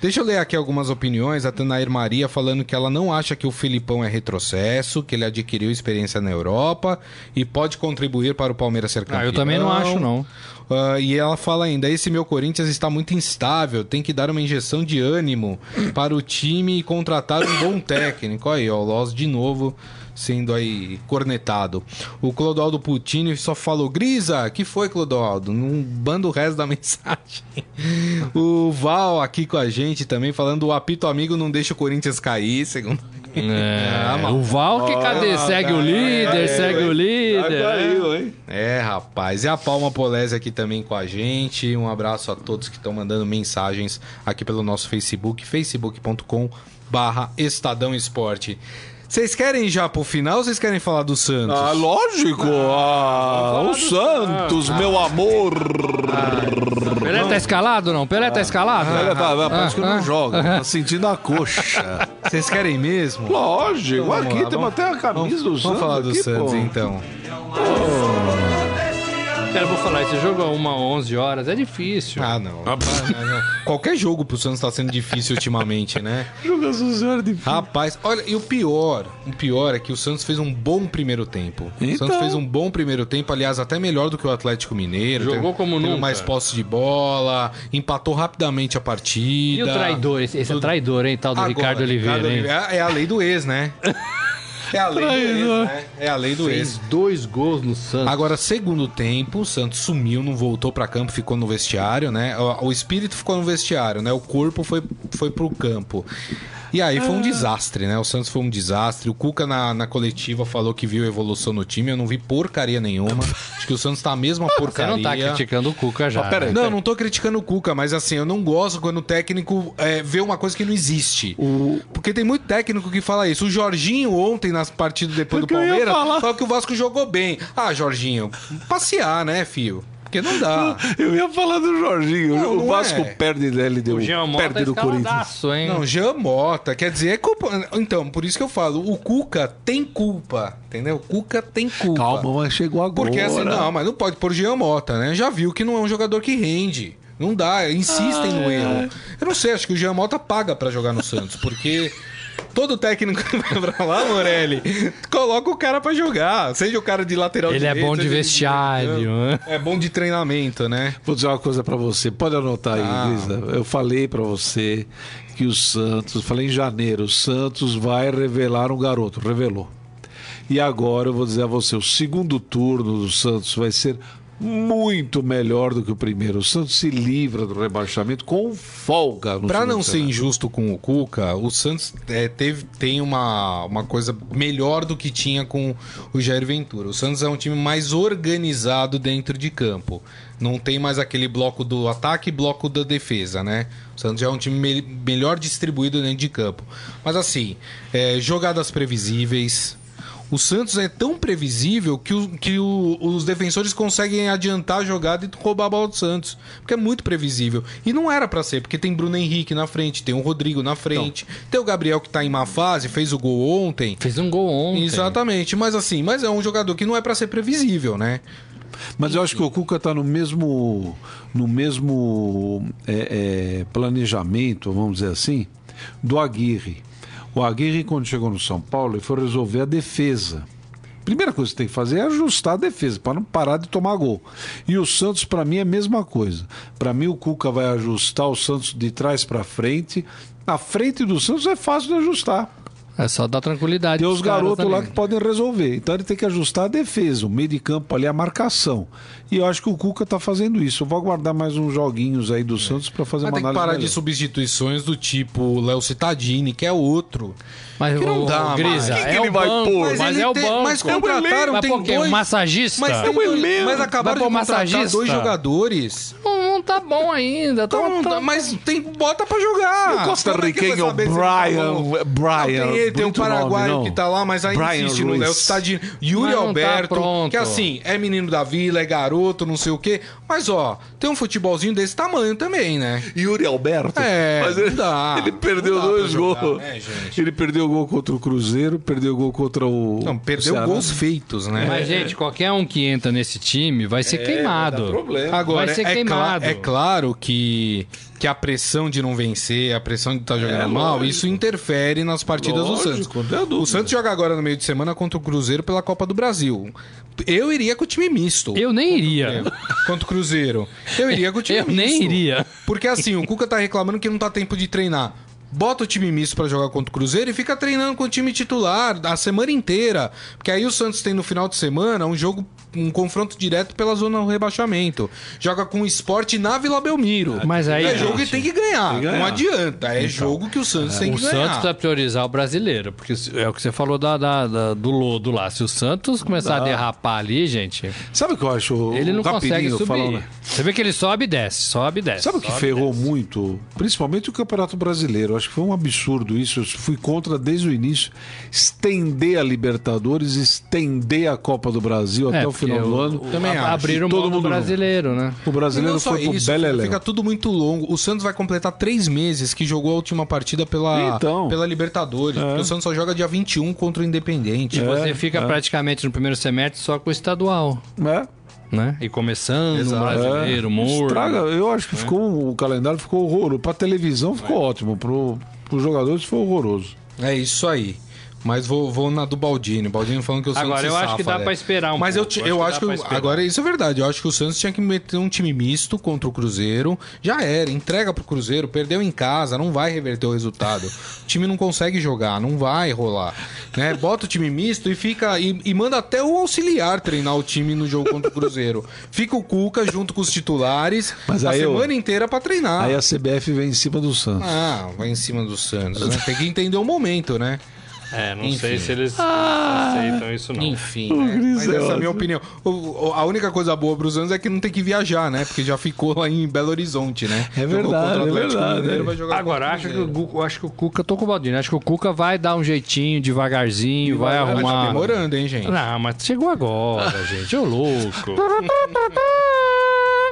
Speaker 2: Deixa eu ler aqui algumas opiniões. A Tanair Maria falando que ela não acha que o Filipão é retrocesso, que ele adquiriu experiência na Europa e pode contribuir para o Palmeiras ser campeão.
Speaker 4: Ah, eu também não acho, não.
Speaker 2: Ah, e ela fala ainda: esse meu Corinthians está muito instável, tem que dar uma injeção de ânimo para o time e contratar um bom técnico. Aí, ó, o Loz de novo sendo aí cornetado. O Clodoaldo Putini só falou: Grisa, que foi, Clodoaldo? Não banda o resto da mensagem. O Val aqui com a gente também falando: o apito amigo não deixa o Corinthians cair, segundo. Ah,
Speaker 4: É,
Speaker 2: mano.
Speaker 4: o Val que cadê? Segue o líder, segue o líder.
Speaker 3: Caiu, tá hein?
Speaker 2: É, rapaz. E a Palma Polese aqui também com a gente. Um abraço a todos que estão mandando mensagens aqui pelo nosso Facebook, facebook.com barra Estadão Esporte. Vocês querem ir já pro final ou vocês querem falar do Santos?
Speaker 3: Ah, lógico. Ah, o Santos, meu amor.
Speaker 4: Pelé tá escalado não? Pelé
Speaker 2: Ah,
Speaker 4: tá escalado?
Speaker 3: Olha, vai, vai, parece que
Speaker 4: ah,
Speaker 3: não joga. Tá sentindo a coxa.
Speaker 2: Vocês querem mesmo?
Speaker 3: Lógico.
Speaker 2: Vamos
Speaker 3: aqui
Speaker 2: lá,
Speaker 3: tem
Speaker 2: vamos-
Speaker 3: até a camisa do
Speaker 2: vamos,
Speaker 3: Santos.
Speaker 2: Vamos falar do
Speaker 3: aqui,
Speaker 2: Santos,
Speaker 3: pô.
Speaker 2: então.
Speaker 4: Cara, eu vou falar, esse jogo é uma 11 horas, é difícil.
Speaker 2: Ah, não. Não, não. Qualquer jogo pro Santos tá sendo difícil ultimamente, né?
Speaker 3: Joga Suzana de
Speaker 2: Rapaz, olha, e o pior, o pior é que o Santos fez um bom primeiro tempo. O
Speaker 3: Então.
Speaker 2: Santos fez um bom primeiro tempo, aliás, até melhor do que o Atlético Mineiro.
Speaker 4: Jogou
Speaker 2: Teve-
Speaker 4: como
Speaker 2: teve
Speaker 4: nunca.
Speaker 2: mais posse de bola, empatou rapidamente a partida.
Speaker 4: E o traidor, esse, esse é traidor, hein, tal do
Speaker 2: Agora,
Speaker 4: Ricardo Oliveira, hein?
Speaker 2: É a lei do ex, né? É a lei do ex, né? É a lei do ex.
Speaker 4: Fez dois gols no Santos.
Speaker 2: Agora, segundo tempo, o Santos sumiu, não voltou pra campo, ficou no vestiário, né? O, o espírito ficou no vestiário, né? O corpo foi, foi pro campo. E aí
Speaker 4: Ah.
Speaker 2: foi um desastre, né? O Santos foi um desastre. O Cuca na, na coletiva falou que viu evolução no time. Eu não vi porcaria nenhuma. Acho que o Santos tá a mesma
Speaker 4: Você
Speaker 2: porcaria.
Speaker 4: não tá criticando o Cuca já.
Speaker 3: Mas peraí.
Speaker 4: né?
Speaker 2: Não, não tô criticando o Cuca, mas assim, eu não gosto quando o técnico é, vê uma coisa que não existe. Porque tem muito técnico que fala isso. O Jorginho ontem, nas partidas depois do
Speaker 3: É que eu ia
Speaker 2: Palmeiras,
Speaker 3: falar.
Speaker 2: falou que o Vasco jogou bem. Ah, Jorginho, passear, né, fio? Porque não dá.
Speaker 3: Eu ia falar do Jorginho.
Speaker 2: Não,
Speaker 3: o
Speaker 2: não
Speaker 3: Vasco
Speaker 2: é.
Speaker 3: perde da LDU.
Speaker 4: O Jean Mota é
Speaker 3: perde do Corinthians.
Speaker 4: tá escaladaço, hein?
Speaker 2: Não, Jean Mota, quer dizer, é culpa. Então, por isso que eu falo, o Cuca tem culpa, entendeu? O Cuca tem culpa.
Speaker 3: Calma, mas chegou agora.
Speaker 2: Porque assim, não, mas não pode pôr Jean Mota, né? Já viu que não é um jogador que rende. Não dá, insistem
Speaker 4: Ah,
Speaker 2: no
Speaker 4: é.
Speaker 2: erro. Eu não sei, acho que o Jean Mota paga pra jogar no Santos, porque todo técnico que vai pra lá, Morelli, coloca o cara pra jogar. Seja o cara de lateral
Speaker 4: Ele é
Speaker 2: direito,
Speaker 4: bom de
Speaker 2: seja
Speaker 4: vestiário. né?
Speaker 2: É bom de treinamento, né?
Speaker 3: Vou dizer uma coisa pra você. Pode anotar aí,
Speaker 2: Ah.
Speaker 3: Grisa. Eu falei pra você que o Santos, falei em janeiro, o Santos vai revelar um garoto. Revelou. E agora eu vou dizer a você, o segundo turno do Santos vai ser muito melhor do que o primeiro. O Santos se livra do rebaixamento com folga. No
Speaker 2: Pra
Speaker 3: segundo
Speaker 2: não ser
Speaker 3: semestre.
Speaker 2: injusto com o Cuca, o Santos é, teve, tem uma, uma coisa melhor do que tinha com o Jair Ventura. O Santos é um time mais organizado dentro de campo. Não tem mais aquele bloco do ataque e bloco da defesa, né? O Santos já é um time me- melhor distribuído dentro de campo. Mas assim, é, jogadas previsíveis. O Santos é tão previsível que, o- que o- os defensores conseguem adiantar a jogada e roubar a bola do Santos. Porque é muito previsível. E não era pra ser, porque tem Bruno Henrique na frente, tem o Rodrigo na frente,
Speaker 3: Então.
Speaker 2: tem o Gabriel que tá em má fase, fez o gol ontem.
Speaker 4: Fez um gol ontem.
Speaker 2: Exatamente, mas assim, mas é um jogador que não é pra ser previsível, né?
Speaker 3: Mas eu acho que o Cuca está no mesmo, no mesmo é, é, planejamento, vamos dizer assim, do Aguirre. O Aguirre, quando chegou no São Paulo, ele foi resolver a defesa. Primeira coisa que tem que fazer é ajustar a defesa, para não parar de tomar gol. E o Santos, para mim, é a mesma coisa. Para mim, o Cuca vai ajustar o Santos de trás para frente. A frente do Santos é fácil de ajustar.
Speaker 4: É só dar tranquilidade.
Speaker 3: Tem
Speaker 4: pros
Speaker 3: os
Speaker 4: caras
Speaker 3: garotos lá
Speaker 4: também.
Speaker 3: que podem resolver. Então ele tem que ajustar a defesa, o meio de campo ali, a marcação. E eu acho que o Cuca tá fazendo isso. Eu vou aguardar mais uns joguinhos aí
Speaker 2: É.
Speaker 3: do Santos pra fazer
Speaker 2: Mas
Speaker 3: uma
Speaker 2: tem que
Speaker 3: análise.
Speaker 2: parar de
Speaker 3: melhor.
Speaker 2: substituições do tipo Léo Citadini, que é outro.
Speaker 4: Mas
Speaker 2: Que
Speaker 4: o,
Speaker 2: não
Speaker 4: o
Speaker 2: dá,
Speaker 4: Grisa,
Speaker 2: mas.
Speaker 4: é
Speaker 2: Quem que
Speaker 4: o
Speaker 2: ele vai
Speaker 4: banco,
Speaker 2: pôr?
Speaker 4: Mas,
Speaker 2: Mas
Speaker 4: é o
Speaker 2: ele tem-
Speaker 4: banco.
Speaker 2: mas contrataram,
Speaker 4: mas
Speaker 2: tem
Speaker 4: por quê?
Speaker 2: dois-
Speaker 4: Um massagista?
Speaker 2: Mas, tem dois- mas
Speaker 4: Vai
Speaker 2: acabaram
Speaker 4: pôr
Speaker 2: de contratar
Speaker 4: massagista?
Speaker 2: dois jogadores.
Speaker 4: Não, não tá bom ainda. Tá,
Speaker 2: Então, não
Speaker 4: tá-
Speaker 2: dá- mas tem bota pra jogar.
Speaker 3: O Costa
Speaker 2: Como é que vai
Speaker 3: Riquenho,
Speaker 2: saber se ele tá
Speaker 3: Brian.
Speaker 2: bom?
Speaker 3: Brian.
Speaker 2: Não, tem ele, tem um
Speaker 3: bonito
Speaker 2: paraguaio
Speaker 3: nome, não?
Speaker 2: que tá lá, mas ainda
Speaker 3: Brian
Speaker 2: insiste no
Speaker 3: Ruiz.
Speaker 2: Léo Cittadini. Yuri
Speaker 4: Mas não tá
Speaker 2: Alberto,
Speaker 4: pronto.
Speaker 2: que assim, é menino da vila, é garoto, não sei o quê. Mas ó, tem um futebolzinho desse tamanho também, né?
Speaker 3: Yuri Alberto.
Speaker 2: É,
Speaker 3: mas ele,
Speaker 2: não dá.
Speaker 3: ele perdeu
Speaker 2: Não dá
Speaker 3: dois
Speaker 2: pra jogar,
Speaker 3: gols.
Speaker 2: né, gente?
Speaker 3: ele perdeu o gol contra o Cruzeiro, perdeu o gol contra o.
Speaker 2: Não, perdeu
Speaker 3: Ceará.
Speaker 2: gols feitos, né?
Speaker 4: Mas, gente, qualquer um que entra nesse time vai ser queimado.
Speaker 3: problema.
Speaker 2: É, Agora,
Speaker 4: Vai ser
Speaker 2: é, cla-
Speaker 4: queimado.
Speaker 2: é claro que, que a pressão de não vencer, a pressão de estar jogando mal, isso interfere nas partidas do
Speaker 3: É, Lógico, não tenho
Speaker 2: Santos.
Speaker 3: dúvida.
Speaker 2: O Santos joga agora no meio de semana contra o Cruzeiro pela Copa do Brasil. Eu iria com o time misto.
Speaker 4: Eu nem iria.
Speaker 2: Contra o Cruzeiro. Eu iria com o time
Speaker 4: Eu
Speaker 2: misto.
Speaker 4: nem iria.
Speaker 2: Porque assim, o Cuca tá reclamando que não tá tempo de treinar. Bota o time misto pra jogar contra o Cruzeiro e fica treinando com o time titular a semana inteira. Porque aí o Santos tem no final de semana um jogo, um confronto direto pela zona do rebaixamento. Joga com o esporte na Vila Belmiro.
Speaker 4: Mas aí,
Speaker 2: É jogo
Speaker 4: gente,
Speaker 2: que tem que ganhar.
Speaker 3: que ganhar. Então.
Speaker 2: Não adianta. É jogo que o Santos tem
Speaker 4: O
Speaker 2: que ganhar.
Speaker 4: Santos tá vai priorizar o brasileiro, porque se- é o que você falou da, da- da- do lodo lá. Se o Santos começar a derrapar ali, gente,
Speaker 3: Sabe o que eu acho?
Speaker 4: ele não consegue
Speaker 3: Rapidinho,
Speaker 4: subir.
Speaker 3: falando-
Speaker 4: Você vê que ele sobe e desce, sobe e desce.
Speaker 3: Sabe o que
Speaker 4: sobe.
Speaker 3: ferrou muito? Principalmente o Campeonato Brasileiro. Acho que foi um absurdo isso. Eu fui contra desde o início. Estender a Libertadores, estender a Copa do Brasil
Speaker 4: É,
Speaker 3: até o
Speaker 4: porque
Speaker 3: final do
Speaker 4: o-
Speaker 3: ano.
Speaker 4: o-
Speaker 2: Também
Speaker 4: ab-
Speaker 2: acho.
Speaker 4: Abriram
Speaker 3: Todo
Speaker 4: mão do
Speaker 3: mundo não. É,
Speaker 4: brasileiro, né?
Speaker 3: O brasileiro
Speaker 2: não só
Speaker 3: foi pro
Speaker 2: isso,
Speaker 3: Belelé.
Speaker 2: Fica tudo muito longo. O Santos vai completar três meses que jogou a última partida pela,
Speaker 3: Então.
Speaker 2: pela Libertadores. Porque o Santos só joga dia 21 contra o Independente.
Speaker 4: E você fica praticamente no primeiro semestre só com o estadual,
Speaker 3: É,
Speaker 4: né? E começando
Speaker 2: Exato.
Speaker 4: o
Speaker 3: é.
Speaker 4: brasileiro, o Moura.
Speaker 3: Estraga. Eu acho
Speaker 2: É.
Speaker 3: que ficou um, o calendário ficou horroroso. Pra televisão ficou ótimo. Pro, pros jogadores foi horroroso.
Speaker 2: É isso aí. Mas vou, vou na do Baldini. Baldini falando que o Santos
Speaker 4: Agora,
Speaker 2: se
Speaker 4: eu acho que
Speaker 2: safa,
Speaker 4: dá
Speaker 2: né?
Speaker 4: pra esperar um
Speaker 2: Mas eu,
Speaker 4: pouco.
Speaker 2: ti-
Speaker 4: Eu
Speaker 2: eu acho
Speaker 4: acho que dá
Speaker 2: que...
Speaker 4: pra esperar.
Speaker 2: agora, isso é verdade. Eu acho que o Santos tinha que meter um time misto contra o Cruzeiro. Já era. Entrega pro Cruzeiro. Perdeu em casa. Não vai reverter o resultado. o time não consegue jogar. Não vai rolar. Né? Bota o time misto e fica... E, e manda até o auxiliar treinar o time no jogo contra o Cruzeiro. Fica o Cuca junto com os titulares.
Speaker 3: Mas
Speaker 2: a
Speaker 3: aí eu-
Speaker 2: semana inteira pra treinar.
Speaker 3: Aí a CBF vem em cima do Santos.
Speaker 2: Ah, vai em cima do Santos. né? Tem que entender o momento, né?
Speaker 4: É, não
Speaker 2: sei se
Speaker 4: eles aceitam isso,
Speaker 2: Enfim, né? mas essa é a minha opinião. O- o- a única coisa boa pros anos é que não tem que viajar, né? Porque já ficou lá em Belo Horizonte, né?
Speaker 3: É
Speaker 2: Jogou
Speaker 3: verdade,
Speaker 2: contra o
Speaker 3: é
Speaker 2: Atlético
Speaker 3: verdade,
Speaker 2: Mineiro,
Speaker 3: é.
Speaker 2: vai jogar
Speaker 4: Agora,
Speaker 2: contra
Speaker 4: acho que,
Speaker 2: Cruzeiro.
Speaker 4: o Gu- acho que o Cuca, eu tô com o Baldini, acho que o Cuca vai dar um jeitinho devagarzinho, vai
Speaker 2: Mas Tá
Speaker 4: arrumar.
Speaker 2: demorando, hein, gente?
Speaker 4: Não, mas chegou agora, gente. Ô louco.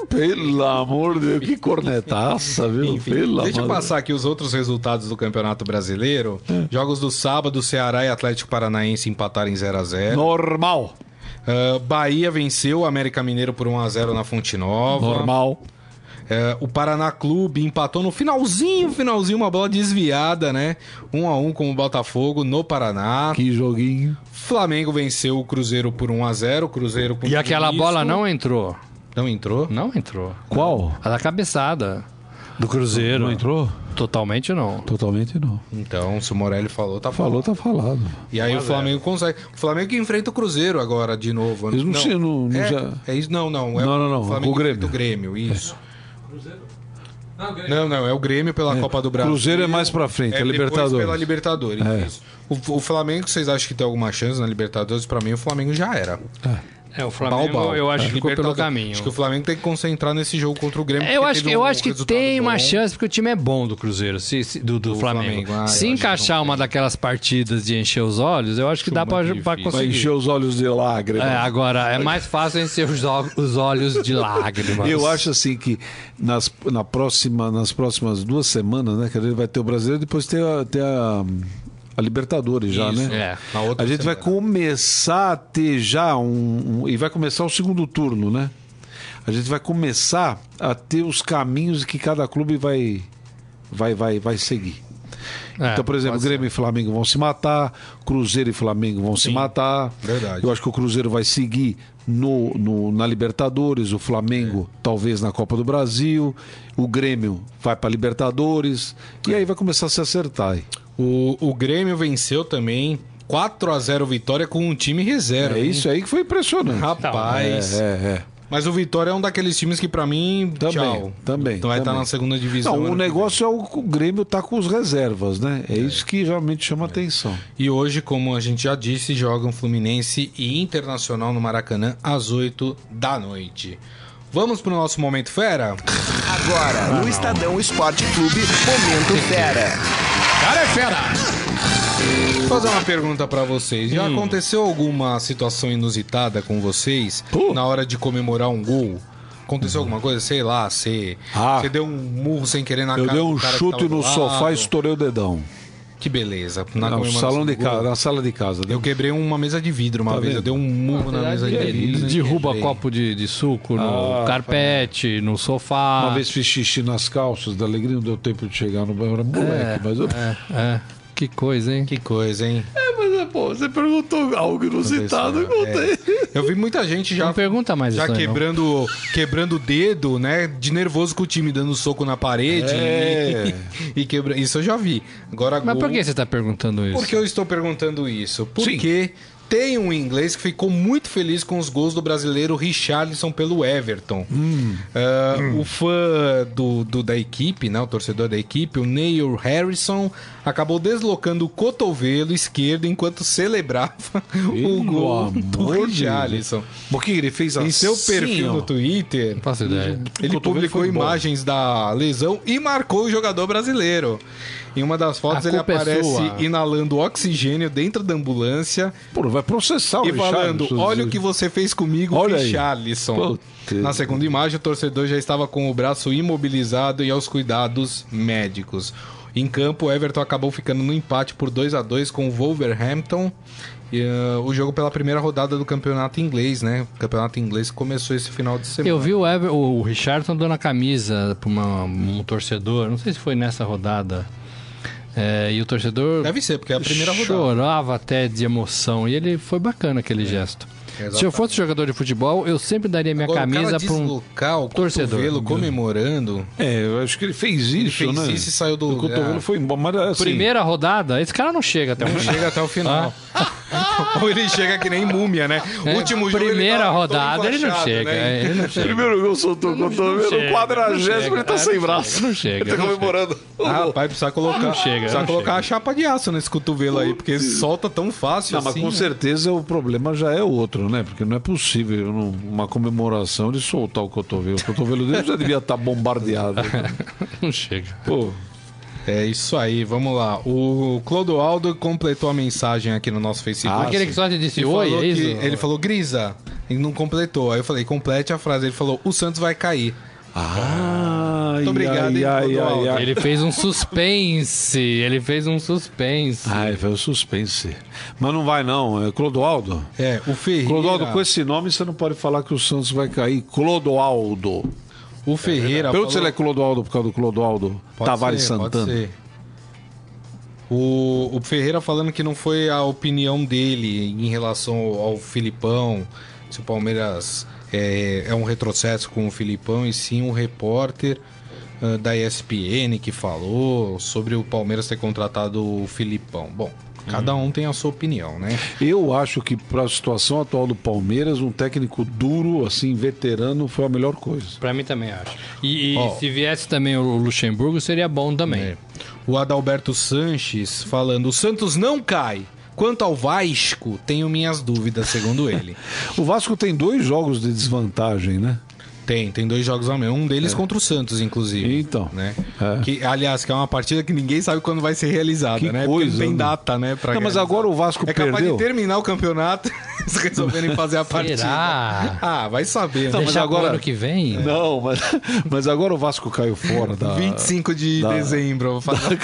Speaker 3: Pelo amor de Deus, que cornetaça, viu? Pelo
Speaker 2: Deixa eu
Speaker 3: amor de-
Speaker 2: passar aqui os outros resultados do Campeonato Brasileiro.
Speaker 3: É.
Speaker 2: Jogos do sábado, Ceará e Atlético Paranaense empataram em 0x0.
Speaker 3: Normal.
Speaker 2: Ah, Bahia venceu o América Mineiro por 1x0 na Fonte Nova.
Speaker 3: Normal.
Speaker 2: É, o Paraná Clube empatou no finalzinho, finalzinho, uma bola desviada, né? 1 a 1 com o Botafogo no Paraná.
Speaker 3: Que joguinho.
Speaker 2: Flamengo venceu o Cruzeiro por 1 a 0 Cruzeiro com
Speaker 4: E aquela
Speaker 2: risco.
Speaker 4: bola não entrou.
Speaker 2: não entrou.
Speaker 4: Não entrou.
Speaker 3: Qual?
Speaker 4: A da cabeçada do Cruzeiro.
Speaker 3: Não entrou?
Speaker 4: Totalmente não.
Speaker 3: Totalmente não.
Speaker 2: Então, se o Morelli falou, tá falando.
Speaker 3: Falou, tá falado.
Speaker 2: E
Speaker 4: Um
Speaker 2: aí o Flamengo consegue. O Flamengo que enfrenta o Cruzeiro agora de novo.
Speaker 3: Eles não se- não- não
Speaker 2: é,
Speaker 3: já-
Speaker 2: é isso não, não, é
Speaker 3: Não, não, não,
Speaker 2: O Flamengo
Speaker 3: o Grêmio. É.
Speaker 2: enfrenta o Grêmio, isso. Não, não, é o Grêmio pela Copa do Brasil.
Speaker 3: Cruzeiro é mais pra frente, é
Speaker 2: depois
Speaker 3: Libertadores.
Speaker 2: pela Libertadores.
Speaker 3: É.
Speaker 2: isso. O, o Flamengo, vocês acham que tem alguma chance na Libertadores? Pra mim, o Flamengo já era.
Speaker 4: É, o
Speaker 2: Pau,
Speaker 4: Flamengo,
Speaker 2: pau.
Speaker 4: eu acho que ficou pelo
Speaker 2: Libertadores.
Speaker 4: caminho. É,
Speaker 2: Acho que o Flamengo tem que concentrar nesse jogo contra o Grêmio.
Speaker 4: Eu
Speaker 2: porque
Speaker 4: acho,
Speaker 2: teve
Speaker 4: que- eu
Speaker 2: um
Speaker 4: acho que
Speaker 2: resultado
Speaker 4: tem uma
Speaker 2: bom.
Speaker 4: chance, porque o time é bom do Cruzeiro, se- se- do, do Flamengo.
Speaker 2: Flamengo, ah, eu acho
Speaker 4: Se
Speaker 2: que
Speaker 4: encaixar
Speaker 2: não
Speaker 4: uma
Speaker 2: tem.
Speaker 4: daquelas partidas de encher os olhos, eu acho que dá pra, pra
Speaker 3: Vai
Speaker 4: conseguir.
Speaker 3: encher os olhos de lágrimas.
Speaker 4: É, agora, é mais fácil encher os, ol- os olhos de lágrimas.
Speaker 3: Eu acho assim que nas, na próxima, nas próximas duas semanas, né? Que ele vai ter o brasileiro, depois tem a, tem a, a Libertadores já,
Speaker 2: Isso,
Speaker 3: né?
Speaker 2: é, na outra
Speaker 3: a gente vai
Speaker 2: semana.
Speaker 3: começar a ter já um, um- E vai começar o segundo turno, né? A gente vai começar a ter os caminhos que cada clube vai, vai, vai, vai seguir.
Speaker 4: É,
Speaker 3: então, por exemplo,
Speaker 4: pode ser.
Speaker 3: Grêmio e Flamengo vão se matar, Cruzeiro e Flamengo vão se matar.
Speaker 2: Verdade.
Speaker 3: Eu acho que o Cruzeiro vai seguir no, no- na Libertadores, o Flamengo
Speaker 2: É.
Speaker 3: talvez na Copa do Brasil, o Grêmio vai para Libertadores e aí vai começar a se acertar. aí.
Speaker 2: O, o Grêmio venceu também. 4 a 0 vitória com um time reserva.
Speaker 3: É
Speaker 2: hein?
Speaker 3: isso aí que foi impressionante.
Speaker 2: Rapaz.
Speaker 3: É, é, é.
Speaker 2: Mas o Vitória é um daqueles times que, pra mim,
Speaker 3: Também,
Speaker 2: tchau.
Speaker 3: também,
Speaker 2: Então vai estar
Speaker 3: também.
Speaker 2: na segunda divisão. né?
Speaker 3: Não,
Speaker 2: ano
Speaker 3: o
Speaker 2: que
Speaker 3: negócio é o, o Grêmio tá com os reservas, né? É, isso que realmente chama atenção.
Speaker 2: E hoje, como a gente já disse, jogam Fluminense e Internacional no Maracanã às 8 da noite. Vamos pro nosso momento fera?
Speaker 1: Agora, no Estadão Esporte Clube, Momento Fera.
Speaker 4: Cara é fera!
Speaker 2: Vou fazer uma pergunta pra vocês. Já
Speaker 3: Hum.
Speaker 2: aconteceu alguma situação inusitada com vocês
Speaker 3: Pô. Hum.
Speaker 2: na hora de comemorar um gol? Aconteceu alguma coisa? Sei lá, você,
Speaker 3: Ah.
Speaker 2: você deu um murro sem querer na
Speaker 3: Eu
Speaker 2: cara
Speaker 3: dei
Speaker 2: do
Speaker 3: um
Speaker 2: cara que
Speaker 3: chute
Speaker 2: tava do
Speaker 3: no sofá
Speaker 2: lado.
Speaker 3: e estourei o dedão.
Speaker 2: Que beleza. Na
Speaker 3: no
Speaker 2: comemoração
Speaker 3: salão de
Speaker 2: do gol.
Speaker 3: casa, na sala de casa. né? Deu
Speaker 2: Eu quebrei uma mesa de vidro uma
Speaker 3: Tá
Speaker 2: vez.
Speaker 3: vendo?
Speaker 2: Eu dei um murro na mesa de né? vidro.
Speaker 4: Ele derruba
Speaker 2: Quebrei.
Speaker 4: copo de, de suco no carpete, no sofá.
Speaker 3: Ah,
Speaker 2: Ah.
Speaker 3: Uma vez fiz xixi nas calças da alegria, não deu tempo de chegar no banheiro. Era moleque, mas eu. É.
Speaker 4: É, que coisa, hein?
Speaker 2: Que coisa, hein? É.
Speaker 3: mas é, pô, você perguntou algo inusitado, eu Tá, contei.
Speaker 2: Eu vi muita gente já
Speaker 4: Não pergunta mais
Speaker 2: Já
Speaker 4: isso aí, não.
Speaker 2: quebrando, quebrando o dedo, né? De nervoso com o time dando soco na parede.
Speaker 3: É.
Speaker 2: E, e quebra... Isso eu já vi. Agora,
Speaker 4: Mas
Speaker 2: gol-
Speaker 4: por que você tá perguntando isso?
Speaker 2: Por que eu estou perguntando isso?
Speaker 3: Sim.
Speaker 2: Porque tem um inglês que ficou muito feliz com os gols do brasileiro Richarlison pelo Everton.
Speaker 3: Hum.
Speaker 2: Ah, O fã do, do- da equipe, né, o torcedor da equipe, o Neil Harrison, acabou deslocando o cotovelo esquerdo enquanto celebrava o
Speaker 3: Pelo
Speaker 2: gol do
Speaker 3: amor de Deus.
Speaker 2: Richarlison.
Speaker 3: Por que ele fez assim?
Speaker 2: Em seu perfil
Speaker 3: ó?
Speaker 2: no Twitter,
Speaker 4: Não faço ideia.
Speaker 2: ele
Speaker 3: O cotovelo
Speaker 2: publicou
Speaker 3: foi embora.
Speaker 2: imagens da lesão e marcou o jogador brasileiro. Em uma das fotos,
Speaker 4: A
Speaker 2: ele
Speaker 4: culpa é
Speaker 2: aparece
Speaker 4: sua.
Speaker 2: inalando oxigênio dentro da ambulância
Speaker 3: Pô, vai processar o
Speaker 2: e
Speaker 3: Richarlison.
Speaker 2: falando: Olha o que você fez comigo,
Speaker 3: Olha aí.
Speaker 2: Richarlison.
Speaker 3: Puta.
Speaker 2: Na segunda imagem, o torcedor já estava com o braço imobilizado e aos cuidados médicos. Em campo, o Everton acabou ficando no empate por 2 a 2 com o Wolverhampton. E, ah, o jogo pela primeira rodada do campeonato inglês, né? O campeonato inglês começou esse final de semana.
Speaker 4: Eu vi o, Ever, o Richardson dando a camisa pra uma- um torcedor, não sei se foi nessa rodada. É, e o torcedor
Speaker 2: Deve ser, porque é a primeira rodada. É.
Speaker 4: chorava até de emoção. E ele foi bacana aquele gesto. Se eu
Speaker 2: Exatamente.
Speaker 4: fosse jogador de futebol, eu sempre daria minha
Speaker 2: Agora, o
Speaker 4: camisa
Speaker 2: cara
Speaker 4: pra um.
Speaker 2: deslocar o
Speaker 4: torcedor.
Speaker 2: cotovelo comemorando.
Speaker 3: É, eu acho que ele fez isso,
Speaker 2: fez
Speaker 3: né?
Speaker 2: isso e saiu do É.
Speaker 3: O cotovelo
Speaker 2: lugar.
Speaker 3: foi embora. Mas, assim, é,
Speaker 4: Primeira rodada, esse cara não chega até um né? o
Speaker 2: Não
Speaker 4: final.
Speaker 2: chega até o final. Ou ele chega que nem múmia, né?
Speaker 4: Ah. É,
Speaker 2: Último jogo
Speaker 4: primeira
Speaker 2: ele tá todo
Speaker 4: rodada, ele não
Speaker 2: enfaixado,
Speaker 4: chega.
Speaker 2: né?
Speaker 4: é, Ele não chega.
Speaker 3: Primeiro gol soltou o cotovelo,
Speaker 4: chega,
Speaker 3: quadragésimo
Speaker 4: chega,
Speaker 3: ele tá
Speaker 4: é,
Speaker 3: sem
Speaker 4: não
Speaker 3: braço.
Speaker 4: chega, não chega,
Speaker 2: Então
Speaker 3: Ele tá
Speaker 4: não
Speaker 3: comemorando.
Speaker 2: Ah, rapaz, precisa colocar,
Speaker 4: Não chega,
Speaker 2: precisa
Speaker 4: não
Speaker 2: colocar
Speaker 4: chega.
Speaker 2: a chapa de aço nesse cotovelo aí, porque solta tão fácil
Speaker 3: Não, mas
Speaker 2: assim.
Speaker 3: com
Speaker 2: né?
Speaker 3: certeza o problema já é outro, né? Porque não é possível eu não- uma comemoração de soltar o cotovelo. O cotovelo dele já devia estar bombardeado.
Speaker 4: Não chega.
Speaker 3: Pô,
Speaker 2: É isso aí, vamos lá. O Clodoaldo completou a mensagem aqui no nosso Facebook.
Speaker 3: Ah,
Speaker 4: Aquele que só te disse
Speaker 2: Ele
Speaker 4: oi,
Speaker 2: falou
Speaker 4: é isso?
Speaker 2: que- ele falou grisa e não completou. Aí eu falei, complete a frase. Ele falou, o Santos vai cair.
Speaker 3: ai,
Speaker 2: Muito obrigado,
Speaker 3: ai,
Speaker 2: hein,
Speaker 3: ai, ai,
Speaker 2: Clodoaldo.
Speaker 3: ai.
Speaker 4: Ele fez um suspense. Ele fez um suspense.
Speaker 3: Ai, foi o suspense. Mas não vai não, é Clodoaldo.
Speaker 2: É, o Ferreira.
Speaker 3: Clodoaldo, com esse nome você não pode falar que o Santos vai cair. Clodoaldo.
Speaker 2: O Ferreira.
Speaker 3: Pergunta se ele
Speaker 2: falou-
Speaker 3: é Clodoaldo por causa do Clodoaldo
Speaker 2: Pode
Speaker 3: Tavares
Speaker 2: ser, pode
Speaker 3: Santana.
Speaker 2: ser. O, o Ferreira falando que não foi a opinião dele em relação ao, ao Filipão, se o Palmeiras é, é um retrocesso com o Filipão, e sim um repórter ah, da ESPN que falou sobre o Palmeiras ter contratado o Filipão. Bom, cada
Speaker 3: Uhum.
Speaker 2: um tem a sua opinião, né?
Speaker 3: Eu acho que para a situação atual do Palmeiras, um técnico duro, assim, veterano, foi a melhor coisa.
Speaker 4: Pra mim também acho. E, e
Speaker 2: Ó.
Speaker 4: se viesse também o Luxemburgo, seria bom também.
Speaker 2: É. O Adalberto Sanches falando: o Santos não cai. Quanto ao Vasco, tenho minhas dúvidas, segundo ele.
Speaker 3: O Vasco tem dois jogos de desvantagem, né?
Speaker 2: Tem, tem dois jogos a menos. Um deles contra o Santos, inclusive.
Speaker 3: É. Então.
Speaker 2: Né?
Speaker 3: É.
Speaker 2: Que, aliás, que é uma partida que ninguém sabe quando vai ser realizada,
Speaker 3: Que
Speaker 2: né?
Speaker 3: coisa,
Speaker 2: Porque não tem
Speaker 3: né?
Speaker 2: data, né? Pra
Speaker 3: Não, mas
Speaker 2: realizar.
Speaker 3: agora o Vasco
Speaker 2: É capaz
Speaker 3: perdeu.
Speaker 2: de terminar o campeonato eles resolverem fazer a partida.
Speaker 4: Será?
Speaker 2: Ah, vai saber, né?
Speaker 4: Deixar
Speaker 3: mas
Speaker 4: pro
Speaker 3: agora-
Speaker 4: ano que
Speaker 2: É.
Speaker 4: vem?
Speaker 3: Não, mas, mas agora o Vasco caiu fora da.
Speaker 2: 25 de
Speaker 3: da-
Speaker 2: dezembro. eu Vou fazer...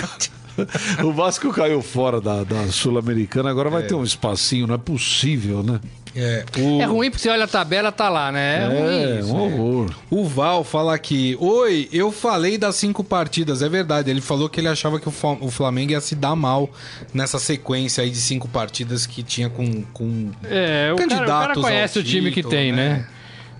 Speaker 3: O Vasco caiu fora da, da Sul-Americana, agora vai ter um espacinho, não é possível, né?
Speaker 2: é, o...
Speaker 4: É ruim porque você olha a tabela, tá lá, né? É, ruim isso.
Speaker 3: um horror.
Speaker 2: O Val fala aqui, oi, eu falei das cinco partidas, é verdade. Ele falou que ele achava que o Fa- o Flamengo ia se dar mal nessa sequência aí de cinco partidas que tinha com, com
Speaker 4: É, o cara, o cara
Speaker 2: Candidatos ao
Speaker 4: conhece o time que
Speaker 2: título,
Speaker 4: tem, né?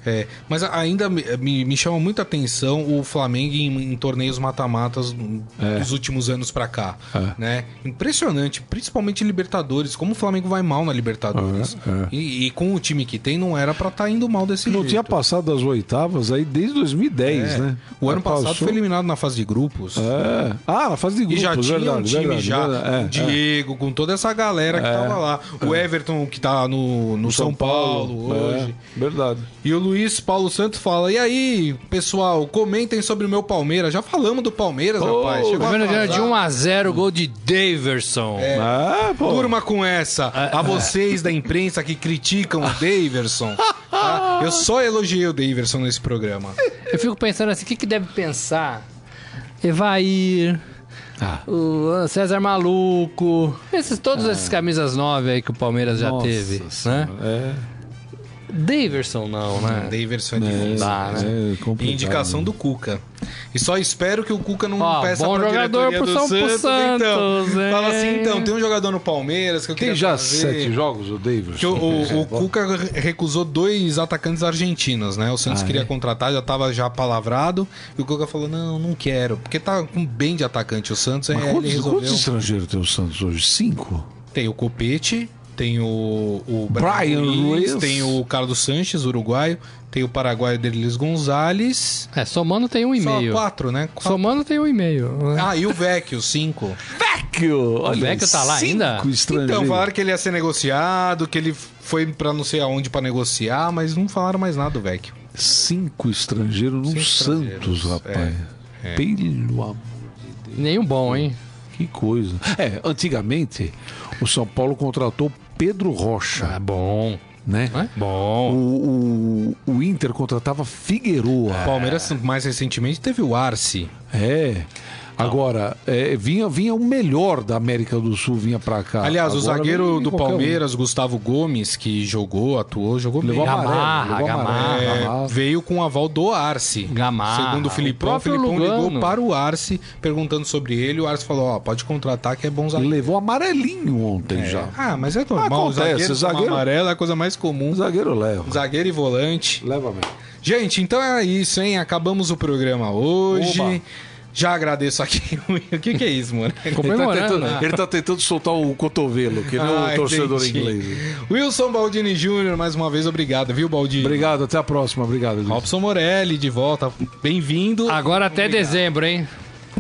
Speaker 2: É, mas a- ainda me, me- me chama muita atenção o Flamengo em, em torneios mata-matas n- dos últimos anos pra cá,
Speaker 3: É.
Speaker 2: né? Impressionante, principalmente em Libertadores, como o Flamengo vai mal na Libertadores.
Speaker 3: É,
Speaker 2: E, e com o time que tem, não era pra estar indo mal desse
Speaker 3: Não
Speaker 2: jeito.
Speaker 3: tinha passado das oitavas aí desde 2010,
Speaker 2: É.
Speaker 3: né?
Speaker 2: O ano
Speaker 3: Já
Speaker 2: passado
Speaker 3: passou.
Speaker 2: foi eliminado na fase de grupos.
Speaker 3: É. Ah, na fase de
Speaker 2: E
Speaker 3: grupos,
Speaker 2: já tinha
Speaker 3: verdade,
Speaker 2: um time
Speaker 3: verdade,
Speaker 2: já,
Speaker 3: verdade. É,
Speaker 2: com o
Speaker 3: é.
Speaker 2: Diego, com toda essa galera que tava lá. O Everton que tá no, no São, Paulo, hoje.
Speaker 3: É, verdade.
Speaker 2: E E o Luiz Paulo Santos fala: E aí, pessoal, comentem sobre o meu Palmeiras. Já falamos do Palmeiras, rapaz.
Speaker 4: O
Speaker 2: Chegou
Speaker 4: Palmeiras ganhou de
Speaker 2: atrasado.
Speaker 4: 1 a 0 gol de Daverson.
Speaker 2: É.
Speaker 3: Ah, pô.
Speaker 2: Durma com essa.
Speaker 6: É,
Speaker 2: A vocês da imprensa que criticam o Daverson. tá? Eu só elogiei o Daverson nesse programa.
Speaker 6: Eu fico pensando assim, o que, que deve pensar? Evair, o César Maluco, esses, todos esses camisas 9 aí que o Palmeiras já
Speaker 3: Nossa
Speaker 6: teve,
Speaker 3: Senhora,
Speaker 6: né?
Speaker 3: É,
Speaker 6: Daverson não, né?
Speaker 2: Daverson é difícil.
Speaker 6: dá, né?
Speaker 3: é complicado.
Speaker 2: E indicação do Cuca. E só espero que o Cuca não
Speaker 6: Ó,
Speaker 2: peça
Speaker 6: bom
Speaker 2: pra
Speaker 6: jogador
Speaker 2: diretoria
Speaker 6: pro
Speaker 2: do
Speaker 6: São- pro
Speaker 2: Santos,
Speaker 6: Santos,
Speaker 2: então.
Speaker 6: hein?
Speaker 2: Fala assim, então, tem um jogador no Palmeiras que eu
Speaker 3: Tem
Speaker 2: queria
Speaker 3: já
Speaker 2: trazer.
Speaker 3: sete jogos, o Davis?
Speaker 2: Que o, o- o Cuca re- recusou dois atacantes argentinos, né? O Santos queria contratar, já tava já palavrado. E o Cuca falou: não, não quero. Porque tá com bem de atacante o Santos.
Speaker 3: Mas
Speaker 2: é, ele
Speaker 3: quantos,
Speaker 2: resolveu.
Speaker 3: quantos estrangeiros tem o Santos hoje? Cinco?
Speaker 2: Tem o Copete, tem o, o
Speaker 3: Brian Ruiz.
Speaker 2: tem o Carlos Sanches, uruguaio, tem o paraguaio Derlis Gonzalez.
Speaker 6: É, somando tem um e
Speaker 2: Só
Speaker 6: meio.
Speaker 2: quatro, né? Quatro.
Speaker 6: Somando tem um e meio. né?
Speaker 2: Ah, e o Vecchio, cinco.
Speaker 3: Vecchio! Olha,
Speaker 6: Vecchio tá lá
Speaker 3: cinco
Speaker 6: ainda?
Speaker 3: estrangeiros.
Speaker 2: Então, falaram que ele ia ser negociado, que ele foi pra não sei aonde pra negociar, mas não falaram mais nada do Vecchio.
Speaker 3: Cinco estrangeiros no
Speaker 2: Cinco
Speaker 3: Santos,
Speaker 2: estrangeiros, é,
Speaker 3: rapaz. Pelo amor.
Speaker 6: Nenhum bom, hein?
Speaker 3: Que coisa. É, antigamente, o São Paulo contratou Pedro Rocha,
Speaker 6: Ah, bom.
Speaker 3: né?
Speaker 6: Bom.
Speaker 3: O, o, o Inter contratava Figueroa.
Speaker 2: O Palmeiras, mais recentemente, teve o Arce.
Speaker 3: É. Agora, é, vinha, vinha o melhor da América do Sul, vinha pra cá.
Speaker 2: Aliás, o
Speaker 3: Ah, Agora
Speaker 2: zagueiro
Speaker 3: vem
Speaker 2: do
Speaker 3: qualquer um.
Speaker 2: Palmeiras, Gustavo Gomes, que jogou, atuou, jogou
Speaker 3: Levou
Speaker 2: bem.
Speaker 3: amarelo,
Speaker 6: Gamarra,
Speaker 3: levou amarelo,
Speaker 2: É,
Speaker 3: amarelo.
Speaker 2: veio com o aval do Arce.
Speaker 6: Gamarra,
Speaker 2: Segundo o
Speaker 6: o
Speaker 2: Filipão, o
Speaker 6: próprio
Speaker 2: Filipão ligou
Speaker 6: Lugano.
Speaker 2: para o Arce perguntando sobre ele. O Arce falou: Ó, pode contratar que é bom zagueiro.
Speaker 3: Levou amarelinho ontem já.
Speaker 2: Ah, mas é normal.
Speaker 3: Acontece,
Speaker 2: zagueiro,
Speaker 3: zagueiro-
Speaker 2: zagueiro... amarelo é a coisa mais
Speaker 3: O
Speaker 2: comum.
Speaker 3: zagueiro leva.
Speaker 2: Zagueiro e volante.
Speaker 3: Leva mesmo.
Speaker 2: Gente, então é isso, hein? Acabamos o programa hoje.
Speaker 3: Oba.
Speaker 2: Já agradeço aqui. o que, que é isso, mano?
Speaker 3: Ele tá,
Speaker 6: Comemorando,
Speaker 3: tentando,
Speaker 6: né?
Speaker 3: ele tá tentando soltar o cotovelo, que nem
Speaker 2: Ah,
Speaker 3: o torcedor
Speaker 2: entendi.
Speaker 3: inglês.
Speaker 2: Wilson Baldini Júnior, mais uma vez, obrigado, viu, Baldini?
Speaker 3: Obrigado, até a próxima. Obrigado, Luiz.
Speaker 2: Robson Morelli de volta, bem-vindo.
Speaker 6: Agora até dezembro, hein?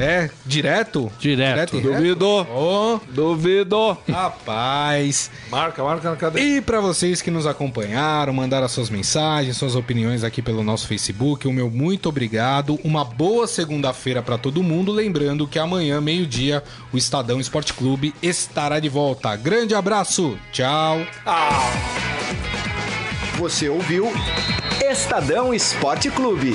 Speaker 2: É, direto?
Speaker 6: Direto.
Speaker 2: e reto?
Speaker 3: Duvido,
Speaker 2: Ô,
Speaker 3: duvido.
Speaker 2: rapaz.
Speaker 3: Marca, marca na cadeira.
Speaker 2: E para vocês que nos acompanharam, mandaram as suas mensagens, suas opiniões aqui pelo nosso Facebook, o meu muito obrigado. Uma boa segunda-feira para todo mundo. Lembrando que amanhã, meio-dia, o Estadão Esporte Clube estará de volta. Grande abraço, tchau.
Speaker 1: Você ouviu Estadão Esporte Clube.